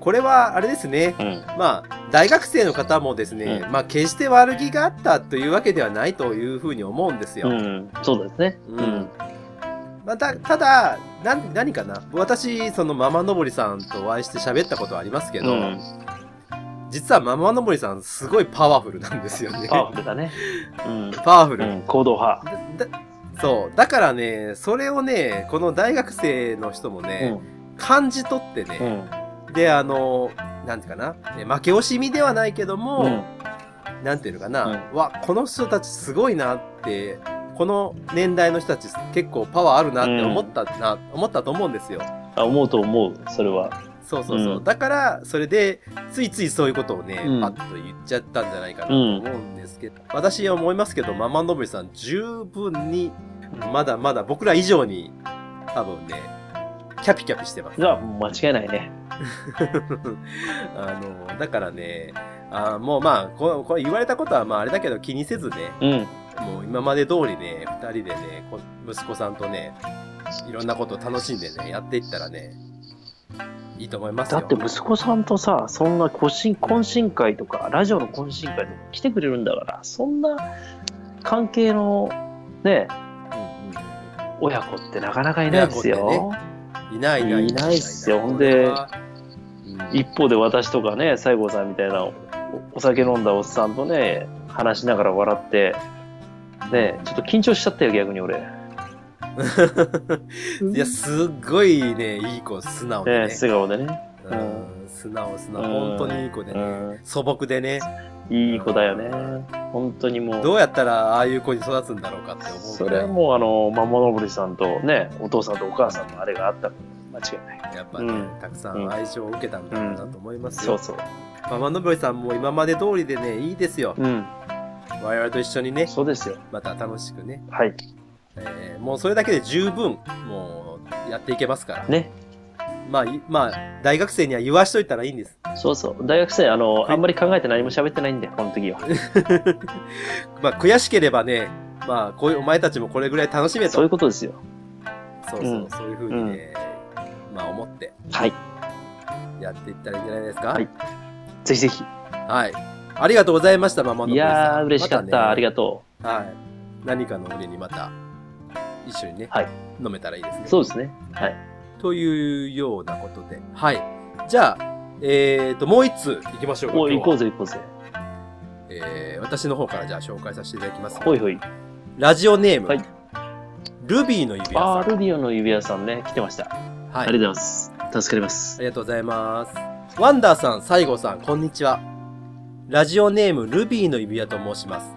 [SPEAKER 3] これは、あれですね。
[SPEAKER 2] うん。
[SPEAKER 3] まあ、大学生の方もですね、
[SPEAKER 2] う
[SPEAKER 3] まあ、決して悪気があったというわけではないというふうに思うんですよ。
[SPEAKER 2] うん。そうですね。
[SPEAKER 3] うん
[SPEAKER 2] うん。
[SPEAKER 3] まあ、たただな、何かな、私、そのママのぼりさんとお会いして喋ったことはありますけ
[SPEAKER 2] う
[SPEAKER 3] ど、
[SPEAKER 2] ん。
[SPEAKER 3] 実はママのぼりさん、すごいパワフルなんですよね。
[SPEAKER 2] パワフルだね。うん。
[SPEAKER 3] [LAUGHS] パワフル。
[SPEAKER 2] うん、行動派。
[SPEAKER 3] だだそう。だからね、それをね、この大学生の人も
[SPEAKER 2] う
[SPEAKER 3] ね、
[SPEAKER 2] ん。
[SPEAKER 3] 感じ取って
[SPEAKER 2] う
[SPEAKER 3] ね、
[SPEAKER 2] ん。
[SPEAKER 3] で、あの、なんていうかな、ね負け惜しみではないけども、
[SPEAKER 2] うん。
[SPEAKER 3] なんていうのかな、わ、この人たちすごいなって、この年代の人たち結構パワーあるなって思ったな、思ったと思うんですよ。
[SPEAKER 2] あ、思うと思う、それは。
[SPEAKER 3] そうそうそう。
[SPEAKER 2] うん
[SPEAKER 3] だから、それで、ついついそういうことをね、
[SPEAKER 2] うん
[SPEAKER 3] パッと言っちゃったんじゃないかなと思うんですけど、私は思いますけど、ママのぶりさん、十分に、まだまだ僕ら以上に、多分ね、キャピキャピしてます。
[SPEAKER 2] じゃあ、間違いないね。
[SPEAKER 3] [LAUGHS] あの、だからね、あもうまあこ、これ言われたことはまああれだけど気にせずね、
[SPEAKER 2] うん。
[SPEAKER 3] もう今まで通りね、二人でね、こ息子さんとね、いろんなことを楽しんでね、やっていったらね、いいと思います
[SPEAKER 2] だ
[SPEAKER 3] よ。
[SPEAKER 2] って息子さんとさ、そんな懇親懇親会とか、ラジオの懇親会とか来てくれるんだから、そんな関係の、ね、
[SPEAKER 3] うん
[SPEAKER 2] 親子ってなかなかいないです
[SPEAKER 3] 親子
[SPEAKER 2] よ。
[SPEAKER 3] うんいないいない
[SPEAKER 2] いないっすよほん
[SPEAKER 3] こ
[SPEAKER 2] で
[SPEAKER 3] れはうん
[SPEAKER 2] 一方で私とかね、西郷さんみたいなおお酒飲んだおっさんとね、話しながら笑って、ね、ちょっと緊張しちゃったよ、逆に俺。
[SPEAKER 3] [LAUGHS] いや、すっごいね、いい子、素直で
[SPEAKER 2] ね、
[SPEAKER 3] ね。
[SPEAKER 2] 素顔でね。
[SPEAKER 3] うん素直、素直。
[SPEAKER 2] うん
[SPEAKER 3] 本当にいい子で
[SPEAKER 2] う
[SPEAKER 3] ね。
[SPEAKER 2] ん。
[SPEAKER 3] 素朴でね、
[SPEAKER 2] いい子だよね。本当にもう。
[SPEAKER 3] どうやったらああいう子に育つんだろうかって思う
[SPEAKER 2] そ
[SPEAKER 3] ぐ
[SPEAKER 2] れ
[SPEAKER 3] ら
[SPEAKER 2] はいもうあのマモノブリさんとねお父さんとお母さんのあれがあったの間違いない
[SPEAKER 3] やっぱね、
[SPEAKER 2] うん
[SPEAKER 3] たくさん愛情を受けたんだろうなと思います
[SPEAKER 2] そ
[SPEAKER 3] よ。
[SPEAKER 2] うそう
[SPEAKER 3] ママのぶりさんも今まで通りでね、いいですよ。
[SPEAKER 2] うん
[SPEAKER 3] 我々と一緒にね、
[SPEAKER 2] そうですよ
[SPEAKER 3] また楽しくね、
[SPEAKER 2] はい
[SPEAKER 3] えーもうそれだけで十分、もうやっていけますから。
[SPEAKER 2] ね
[SPEAKER 3] まあ、いまあ、大学生には言わしといたらいいんです。
[SPEAKER 2] そうそう大学生あの、
[SPEAKER 3] はい
[SPEAKER 2] あんまり考えて何も喋ってないんでこの時は
[SPEAKER 3] [LAUGHS] まあ、悔しければね、まあ、こういうお前たちもこれぐらい楽しめと。
[SPEAKER 2] そういうことですよ
[SPEAKER 3] そうそう、
[SPEAKER 2] うん
[SPEAKER 3] そういうふうにね、まあ、思って
[SPEAKER 2] はい
[SPEAKER 3] やっていったらいいんじゃないですか。
[SPEAKER 2] はいぜひぜひ
[SPEAKER 3] はい。ありがとうございました、ママの
[SPEAKER 2] いやー嬉しかった、あり
[SPEAKER 3] が
[SPEAKER 2] がと
[SPEAKER 3] とう。はい。何かの折にまた、一緒にね、
[SPEAKER 2] はい
[SPEAKER 3] 飲めたらいいですね。
[SPEAKER 2] うそうですねはい
[SPEAKER 3] というようなことで。はい。じゃあ、えーと、もう一通行きましょうか。
[SPEAKER 2] お
[SPEAKER 3] 今
[SPEAKER 2] 行
[SPEAKER 3] 日は
[SPEAKER 2] こうぜ行こうぜ
[SPEAKER 3] えー私の方からじゃあ紹介させていただきます。
[SPEAKER 2] ほいほい
[SPEAKER 3] ラジオネーム、
[SPEAKER 2] はい
[SPEAKER 3] ルビーの指輪さん。
[SPEAKER 2] あ
[SPEAKER 3] は
[SPEAKER 2] ールビオの指輪さんね来てました、
[SPEAKER 3] い、
[SPEAKER 2] ありがとうございます助かります
[SPEAKER 3] ありがとうございます。ワンダーさん、西郷さん、こんにちは。ラジオネーム、ルビーの指輪と申します。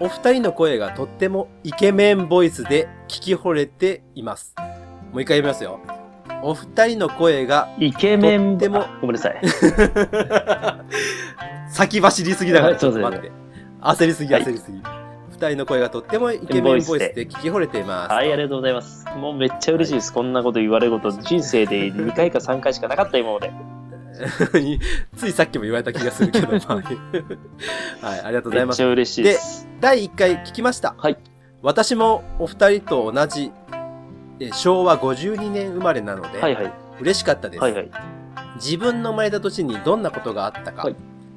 [SPEAKER 3] お二人の声がとってもイケメンボイスで聞き惚れています。もう一回言いますよ。お二人の声が、 [LAUGHS]
[SPEAKER 2] イケメン
[SPEAKER 3] とっても
[SPEAKER 2] あごめんなさい
[SPEAKER 3] 先走りすぎだから、
[SPEAKER 2] はい
[SPEAKER 3] ちょっと待って。焦りすぎ、
[SPEAKER 2] はい
[SPEAKER 3] 焦りすぎ。二人の声がとってもイケメンボイスで聞き惚れています。
[SPEAKER 2] はい、ありがとうございます。もうめっちゃ嬉しいです。こんなこと言われること、人生で2回か3回しかなかった今まで。
[SPEAKER 3] に [LAUGHS] ついさっきも言われた気がす
[SPEAKER 2] [LAUGHS]
[SPEAKER 3] るけど、まあはい、ありがとうござ
[SPEAKER 2] め
[SPEAKER 3] い
[SPEAKER 2] っ
[SPEAKER 3] ま
[SPEAKER 2] ち
[SPEAKER 3] す。
[SPEAKER 2] ゃ嬉しいです。
[SPEAKER 3] 第1回聞きました。
[SPEAKER 2] はい。
[SPEAKER 3] 私もお二人と同じ、え昭和52年生まれなので、
[SPEAKER 2] はいはい。
[SPEAKER 3] 嬉しかったです、
[SPEAKER 2] はいはい。
[SPEAKER 3] 自分の生まれた年にどんなことがあったか、
[SPEAKER 2] はい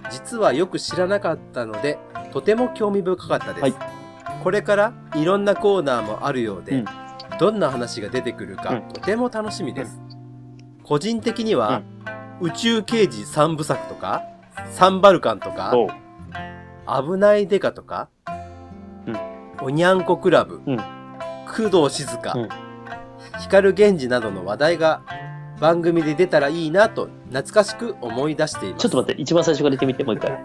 [SPEAKER 3] 実はよく知らなかったので、とても興味深かったです。
[SPEAKER 2] はい
[SPEAKER 3] これからいろんなコーナーもあるよう
[SPEAKER 2] う
[SPEAKER 3] で、
[SPEAKER 2] ん
[SPEAKER 3] どんな話が出てくるか、
[SPEAKER 2] うん
[SPEAKER 3] とても楽しみです。個人的には、宇宙刑事三部作とか、サンバルカンとか、
[SPEAKER 2] おう
[SPEAKER 3] 危ないデカとか、
[SPEAKER 2] うん
[SPEAKER 3] おにゃんこクラブ、
[SPEAKER 2] うん
[SPEAKER 3] 工藤静香、
[SPEAKER 2] うん
[SPEAKER 3] 光源氏などの話題が番組で出たらいいなと懐かしく思い出しています。
[SPEAKER 2] ちょっと待って、一番最初から言ってみて、もう一回。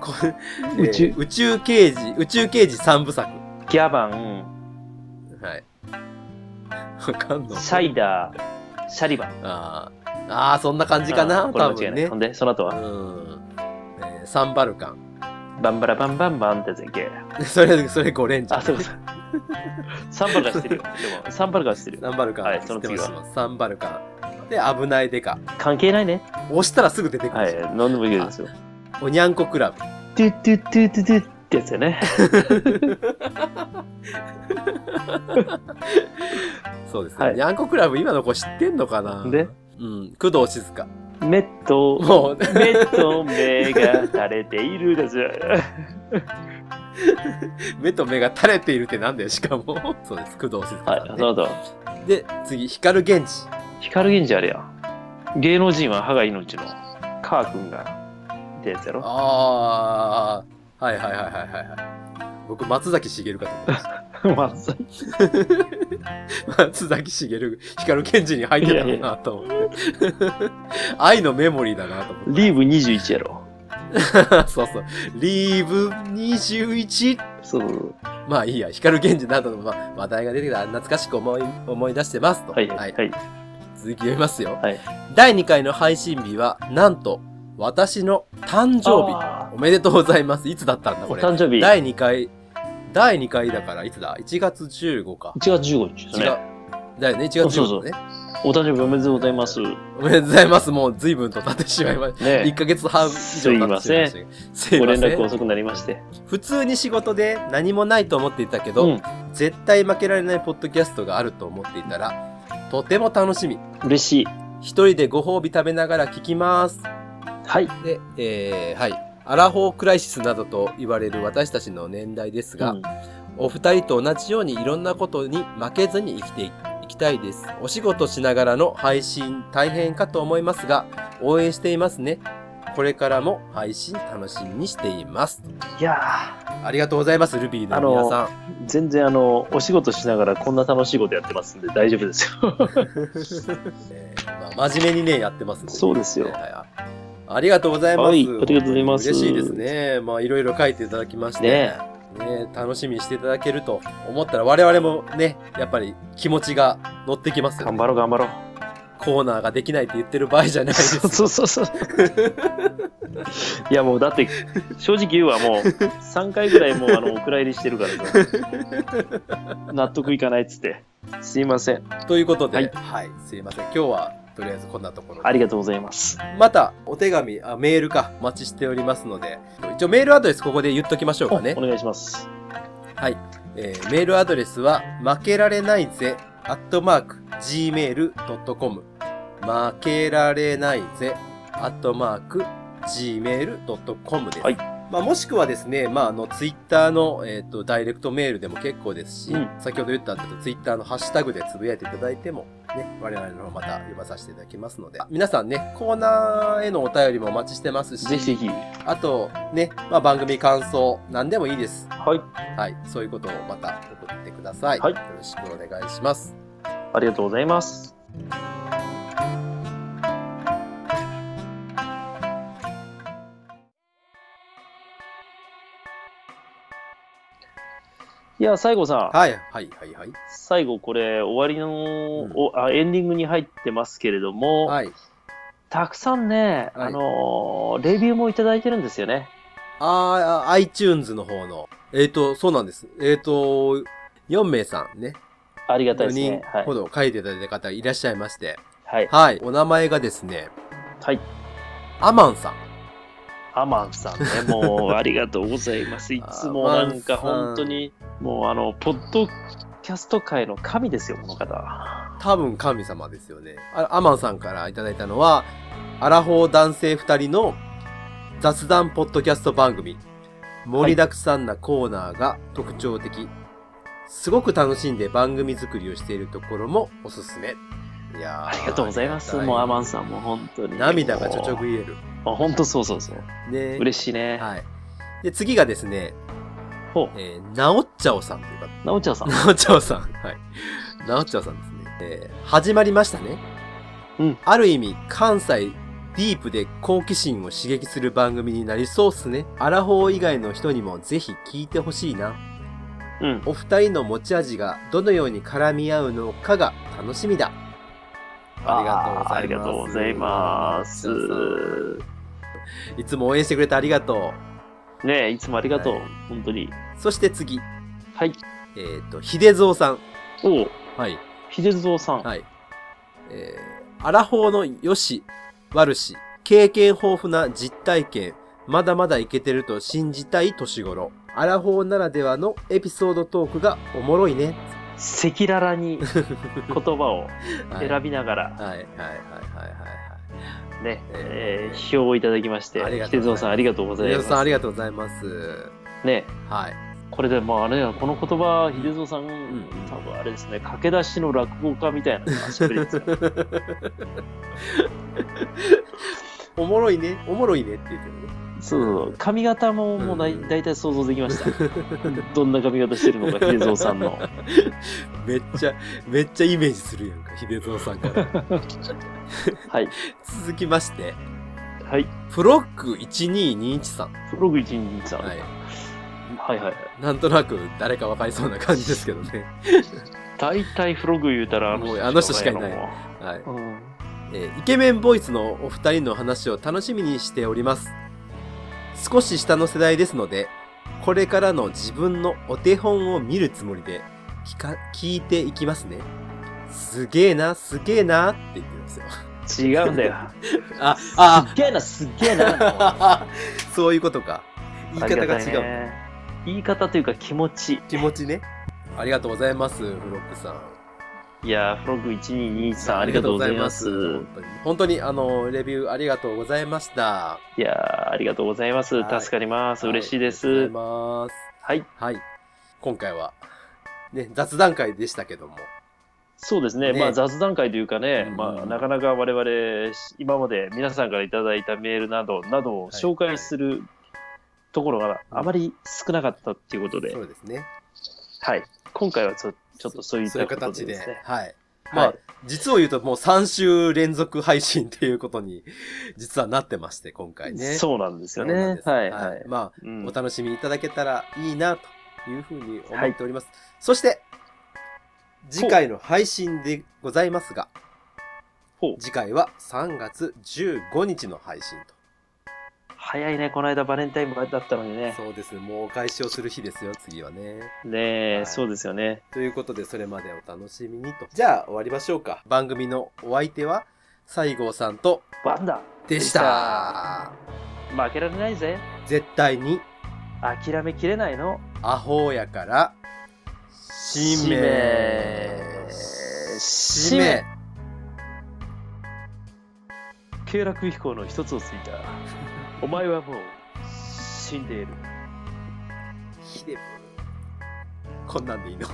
[SPEAKER 3] これ
[SPEAKER 2] 宇宙
[SPEAKER 3] えー宇宙刑事、宇宙刑事三部作。
[SPEAKER 2] ギャバ
[SPEAKER 3] [LAUGHS]
[SPEAKER 2] ン、
[SPEAKER 3] はい。わかんの
[SPEAKER 2] サイダー、シャリバン。
[SPEAKER 3] あーあー、そんな感じか
[SPEAKER 2] う
[SPEAKER 3] な、
[SPEAKER 2] んこれ
[SPEAKER 3] 多
[SPEAKER 2] 間違い
[SPEAKER 3] 分
[SPEAKER 2] ない。
[SPEAKER 3] ね
[SPEAKER 2] ほ。んで、その後
[SPEAKER 3] う
[SPEAKER 2] は、
[SPEAKER 3] ん。えーサンバルカン。 [LAUGHS]
[SPEAKER 2] バンバラバンバンバンってやつやっけ。
[SPEAKER 3] それ、それ5連チャ
[SPEAKER 2] あ、そう
[SPEAKER 3] [LAUGHS]
[SPEAKER 2] そう。サンバルカ知ってるよ。でも、サンバルカ知ってるよ。
[SPEAKER 3] サンバルカン。
[SPEAKER 2] はいその
[SPEAKER 3] 知っ
[SPEAKER 2] 次
[SPEAKER 3] てま
[SPEAKER 2] は
[SPEAKER 3] す知ってますサンバルカン。で、危ないデカ。
[SPEAKER 2] 関係ないね。
[SPEAKER 3] 押したらすぐ出てくる。
[SPEAKER 2] はい、飲んでもいいですよ。
[SPEAKER 3] おにゃんこクラブ。
[SPEAKER 2] トゥトゥトゥトゥトゥってやつやね。
[SPEAKER 3] そうですね。
[SPEAKER 2] はい
[SPEAKER 3] にゃんこクラブ、今の子知ってんのかな
[SPEAKER 2] で、
[SPEAKER 3] うん。工藤静香。
[SPEAKER 2] 目と、
[SPEAKER 3] もう、
[SPEAKER 2] 目と目が垂れているです。
[SPEAKER 3] 目と目が垂れているってなんだよ、しかも。 [LAUGHS] そうです、工藤静香
[SPEAKER 2] はい
[SPEAKER 3] さ、ん、
[SPEAKER 2] そ
[SPEAKER 3] ね
[SPEAKER 2] の後、
[SPEAKER 3] で、次、光源氏。
[SPEAKER 2] 光源氏あれや。芸能人は歯が命の、カー君が、ってやつやろ。
[SPEAKER 3] ああ、はいはいはいはいはいはい。僕、松崎しげるかと
[SPEAKER 2] [LAUGHS]
[SPEAKER 3] 思いまし
[SPEAKER 2] まず
[SPEAKER 3] た。松崎しげる、光源氏に入ってたのかなと思って。 [LAUGHS] 愛のメモリーだなと思って。 [LAUGHS]
[SPEAKER 2] リーブ21やろ。
[SPEAKER 3] そうそう。リーブ 21!
[SPEAKER 2] そうそうそう。
[SPEAKER 3] まあいいや、光源氏などの、まあ、話題が出てきたら懐かしく思い思い出してますと。
[SPEAKER 2] はいはいはい。
[SPEAKER 3] 続き読みますよ。
[SPEAKER 2] はい
[SPEAKER 3] 第2回の配信日は、なんと、私の誕生日。
[SPEAKER 2] 日。
[SPEAKER 3] おめでとうございます。いつだったんだ、
[SPEAKER 2] お
[SPEAKER 3] これ。
[SPEAKER 2] 誕生日。1
[SPEAKER 3] 第2回、第2回だから、いつだ ?1 月15か。
[SPEAKER 2] 月15日です
[SPEAKER 3] 違う
[SPEAKER 2] ね。。
[SPEAKER 3] だよね、1月
[SPEAKER 2] そうそ
[SPEAKER 3] 15
[SPEAKER 2] う
[SPEAKER 3] ね。
[SPEAKER 2] お誕生日おめでとうございます。ね
[SPEAKER 3] おめでとうございます。もう随分と経ってしまいました。1
[SPEAKER 2] え。
[SPEAKER 3] ヶ月半以上経ってしまいましたけど。すい
[SPEAKER 2] ご
[SPEAKER 3] ま
[SPEAKER 2] 連
[SPEAKER 3] せ
[SPEAKER 2] 絡
[SPEAKER 3] ん。
[SPEAKER 2] 遅くなりまして。
[SPEAKER 3] 普通に仕事で何もないと思っていたけど、
[SPEAKER 2] うん。
[SPEAKER 3] 絶対負けられないポッドキャストがあると思っていたら、とても楽しみ。
[SPEAKER 2] 嬉しい。
[SPEAKER 3] 一人でご褒美食べながら聞きます。
[SPEAKER 2] はい。
[SPEAKER 3] で、えー、はい。アラフォークライシスなどと言われる私たちの年代ですが、
[SPEAKER 2] うん
[SPEAKER 3] お二人と同じようにいろんなことに負けずに生きていきたいです。お仕事しながらの配信大変かと思いますが、応援していますね。これからも配信楽しみにしています。
[SPEAKER 2] いや
[SPEAKER 3] ありがとうございます、ルビーの皆さん。
[SPEAKER 2] ー全然あのお仕事しながらこんな楽しいことやってますんで大丈夫ですよ
[SPEAKER 3] えーまあ真面目にね、やってますんでね
[SPEAKER 2] そうですよ
[SPEAKER 3] はいはいありがとうございます。
[SPEAKER 2] はいありがとうございます
[SPEAKER 3] 嬉しいですね。まあ、いろいろ書いていただきまして。
[SPEAKER 2] ね
[SPEAKER 3] ね楽しみにしていただけると思ったら我々もね、やっぱり気持ちが乗ってきますよ、
[SPEAKER 2] 頑
[SPEAKER 3] ね。
[SPEAKER 2] 張ろう頑張ろう
[SPEAKER 3] コーナーができないって言ってる場合じゃないです。
[SPEAKER 2] [LAUGHS] そうそうそういやもうだって正直言うわもう3回ぐらいもうあのお蔵入りしてるからさ納得いかないっつってすいません
[SPEAKER 3] ということで、は
[SPEAKER 2] はいい、
[SPEAKER 3] すいません。今日はとりあえずこんなところで
[SPEAKER 2] ありがとうございます
[SPEAKER 3] またお手紙あ、メールか、お待ちしておりますので、一応メールアドレスここで言っときましょうかね
[SPEAKER 2] お。願いします
[SPEAKER 3] えーメールアドレスは、負けられないぜ、アットマーク、gmail.com。負けられないぜ、アットマーク、gmail.com です。
[SPEAKER 2] はい
[SPEAKER 3] まあ、もしくはですね、まあ、あの、ツイッターの、えっ、と、ダイレクトメールでも結構ですし、
[SPEAKER 2] うん
[SPEAKER 3] 先ほど言ったんですけど、ツイッターのハッシュタグでつぶやいていただいても、ね、我々の方また読まさせていただきますので、皆さんね、コーナーへのお便りもお待ちしてますし、
[SPEAKER 2] ぜひぜひ
[SPEAKER 3] あと、ね、まあ、番組感想、何でもいいです。
[SPEAKER 2] はい
[SPEAKER 3] はい、そういうことをまた送ってください。
[SPEAKER 2] はい
[SPEAKER 3] よろしくお願いします。
[SPEAKER 2] ありがとうございますいや西郷さん、
[SPEAKER 3] はい、はい、はい、はい。
[SPEAKER 2] 最後これ終わりの、
[SPEAKER 3] うん
[SPEAKER 2] おあエンディングに入ってますけれども、
[SPEAKER 3] はい。
[SPEAKER 2] たくさんね、
[SPEAKER 3] はい
[SPEAKER 2] あのーレビューもいただいてるんですよね
[SPEAKER 3] あー、iTunes の方の。えっ、と、そうなんです。えっ、と、4名さんね、
[SPEAKER 2] ありがたい
[SPEAKER 3] 4
[SPEAKER 2] です
[SPEAKER 3] 人
[SPEAKER 2] ねはい
[SPEAKER 3] ほ、ど書いていただいた方がいらっしゃいまして、
[SPEAKER 2] はい
[SPEAKER 3] はい、お名前がですね、
[SPEAKER 2] はい、
[SPEAKER 3] アマンさん。
[SPEAKER 2] アマンさんねもうありがとうござい
[SPEAKER 3] [LAUGHS]
[SPEAKER 2] ますいつも
[SPEAKER 3] ア
[SPEAKER 2] な
[SPEAKER 3] マンさん
[SPEAKER 2] んか本当にもうあのポッドキャスト界の神ですよこの方
[SPEAKER 3] 多分神様ですよね。あアマンさんからいただいたのは、アラフォー男性二人の雑談ポッドキャスト番組。盛りだくさんなコーナーが特徴的。すごく楽しんで番組作りをしているところもおすすめ。いや
[SPEAKER 2] ありがとうございますもうアマンさんも本当に
[SPEAKER 3] 涙がちょちょ
[SPEAKER 2] も
[SPEAKER 3] ぐえる。
[SPEAKER 2] うあ本当そうそうそう
[SPEAKER 3] ね
[SPEAKER 2] 嬉しいね、
[SPEAKER 3] はい。で、次がですね、
[SPEAKER 2] ほう
[SPEAKER 3] えー、なおっちゃおさんという方。
[SPEAKER 2] なおちゃん
[SPEAKER 3] [LAUGHS]
[SPEAKER 2] さん
[SPEAKER 3] なおちゃおさん。はい。なおちゃおさんですね。えー始まりましたね。
[SPEAKER 2] うん
[SPEAKER 3] ある意味、関西ディープで好奇心を刺激する番組になりそうっすね。アラフォー以外の人にもぜひ聞いてほしいな。
[SPEAKER 2] うん。
[SPEAKER 3] お二人の持ち味がどのように絡み合うのかが楽しみだ。
[SPEAKER 2] ー
[SPEAKER 3] あ
[SPEAKER 2] あ
[SPEAKER 3] り
[SPEAKER 2] り
[SPEAKER 3] が
[SPEAKER 2] が
[SPEAKER 3] と
[SPEAKER 2] とう
[SPEAKER 3] うご
[SPEAKER 2] ご
[SPEAKER 3] ざ
[SPEAKER 2] ざ
[SPEAKER 3] い
[SPEAKER 2] い
[SPEAKER 3] ま
[SPEAKER 2] ますす。
[SPEAKER 3] いつも応援してくれてありがと
[SPEAKER 2] ねえ、いつもありがとう。
[SPEAKER 3] はい
[SPEAKER 2] 本当に。
[SPEAKER 3] う。そして次、
[SPEAKER 2] はい。
[SPEAKER 3] えっ、と、秀蔵さん。
[SPEAKER 2] おう、
[SPEAKER 3] はい。
[SPEAKER 2] 秀蔵さん。
[SPEAKER 3] はい。えー、アラフォーの良し、悪し、経験豊富な実体験、まだまだいけてると信じたい年頃。アラフォーならではのエピソードトークがおもろいね。
[SPEAKER 2] 赤裸々
[SPEAKER 3] [LAUGHS]
[SPEAKER 2] に言葉を
[SPEAKER 3] はいはい
[SPEAKER 2] 選びながら、
[SPEAKER 3] はいはいはいはい。
[SPEAKER 2] ね、
[SPEAKER 3] え
[SPEAKER 2] え
[SPEAKER 3] ー
[SPEAKER 2] ー、票をいただきまして
[SPEAKER 3] ありが、とう
[SPEAKER 2] 秀蔵
[SPEAKER 3] ございます
[SPEAKER 2] さんありがとうござい
[SPEAKER 3] 皆
[SPEAKER 2] ます。
[SPEAKER 3] さんありがとうございます。
[SPEAKER 2] ね、
[SPEAKER 3] はい。
[SPEAKER 2] これでもうあれや、この言葉、秀蔵さん、多分あれですね、駆け出しの落語家みたいな喋り
[SPEAKER 3] [LAUGHS]
[SPEAKER 2] ですよ
[SPEAKER 3] おもろいね、おもろいねって言ってるね。 [LAUGHS]
[SPEAKER 2] そうそうそう、髪型ももうだい
[SPEAKER 3] うん
[SPEAKER 2] 大体想像できました。 [LAUGHS] どんな髪型してるのか、秀蔵さん [LAUGHS] の。
[SPEAKER 3] めっちゃ、めっちゃイメージするやんか、秀蔵さん
[SPEAKER 2] [LAUGHS]
[SPEAKER 3] から。
[SPEAKER 2] はい。
[SPEAKER 3] 続きまして、
[SPEAKER 2] はい。
[SPEAKER 3] フロック1221さん。
[SPEAKER 2] フログ123さん。
[SPEAKER 3] は
[SPEAKER 2] はいい。はいはい。
[SPEAKER 3] なんとなく誰かわかりそうな感じですけどね。
[SPEAKER 2] 大体フログ言うたら
[SPEAKER 3] もうあの人しかいないはい。
[SPEAKER 2] もんうん
[SPEAKER 3] えーイケメンボイスのお二人の話を楽しみにしております。少し下の世代ですので、これからの自分のお手本を見るつもりで、聞か、聞いていきますね。すげえな、すげえなって言ってるんですよ。
[SPEAKER 2] 違うんだよ。
[SPEAKER 3] あ、あ、
[SPEAKER 2] すっげえな、すっげえな。
[SPEAKER 3] そういうことか。 [LAUGHS] 言い方が違う。
[SPEAKER 2] ありたいね。言い方というか気持ち。
[SPEAKER 3] 気持ちね。ありがとうございます、フロックさん。
[SPEAKER 2] いやー、フログ1223さんありがとうございます。
[SPEAKER 3] ありがとうございます。本当に本当にあのレビューありがとうございました。
[SPEAKER 2] いやー、ありがとうございます。
[SPEAKER 3] はい
[SPEAKER 2] 助かります。嬉しいで
[SPEAKER 3] ありが
[SPEAKER 2] す。
[SPEAKER 3] とうございます。
[SPEAKER 2] はい。
[SPEAKER 3] はい。今回は、ね、雑談会でしたけども。
[SPEAKER 2] そうですね。
[SPEAKER 3] ね
[SPEAKER 2] まあ雑談会というかね、
[SPEAKER 3] うん
[SPEAKER 2] まあなかなか我々、今まで皆さんからいただいたメールなど、などを紹介するところがあまり少なかったっていうことで、
[SPEAKER 3] そうですね。
[SPEAKER 2] はい。今回はちょちょっとそういっ
[SPEAKER 3] そうい
[SPEAKER 2] た
[SPEAKER 3] う
[SPEAKER 2] こと
[SPEAKER 3] 形
[SPEAKER 2] で
[SPEAKER 3] で。
[SPEAKER 2] ですね。
[SPEAKER 3] はい。まあ、
[SPEAKER 2] はい。
[SPEAKER 3] 実を言うともう3週連続配信っていうことに、実はなってまして、今回ね。
[SPEAKER 2] そうなんです
[SPEAKER 3] そ
[SPEAKER 2] よ
[SPEAKER 3] うなん
[SPEAKER 2] ね
[SPEAKER 3] で。す
[SPEAKER 2] はい。はい。
[SPEAKER 3] まあ、
[SPEAKER 2] うん
[SPEAKER 3] お楽しみいただけたらいいなというふうに思っております。そして、次回の配信でございますが、
[SPEAKER 2] ほう
[SPEAKER 3] 次回は3月15日の配信と。
[SPEAKER 2] 早いね、この間バレンタインだったのにね。
[SPEAKER 3] そうです。もうお返しをする日ですよ、次はね。
[SPEAKER 2] ねえ、
[SPEAKER 3] はい
[SPEAKER 2] そうですよね。
[SPEAKER 3] ということで、それまでお楽しみにと。じゃあ、終わりましょうか。番組のお相手は、西郷さんと、
[SPEAKER 2] バンダ
[SPEAKER 3] でした。
[SPEAKER 2] 負けられないぜ
[SPEAKER 3] 絶対に、
[SPEAKER 2] 諦めきれないの
[SPEAKER 3] アホやから、しめ、し
[SPEAKER 2] し
[SPEAKER 3] め
[SPEAKER 2] め。軽楽飛行の一つをついた。お前はもう死んでいる。
[SPEAKER 3] ひでぶこんなんでいいの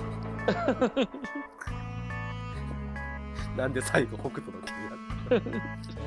[SPEAKER 3] [LAUGHS] なんで最後北斗の拳やった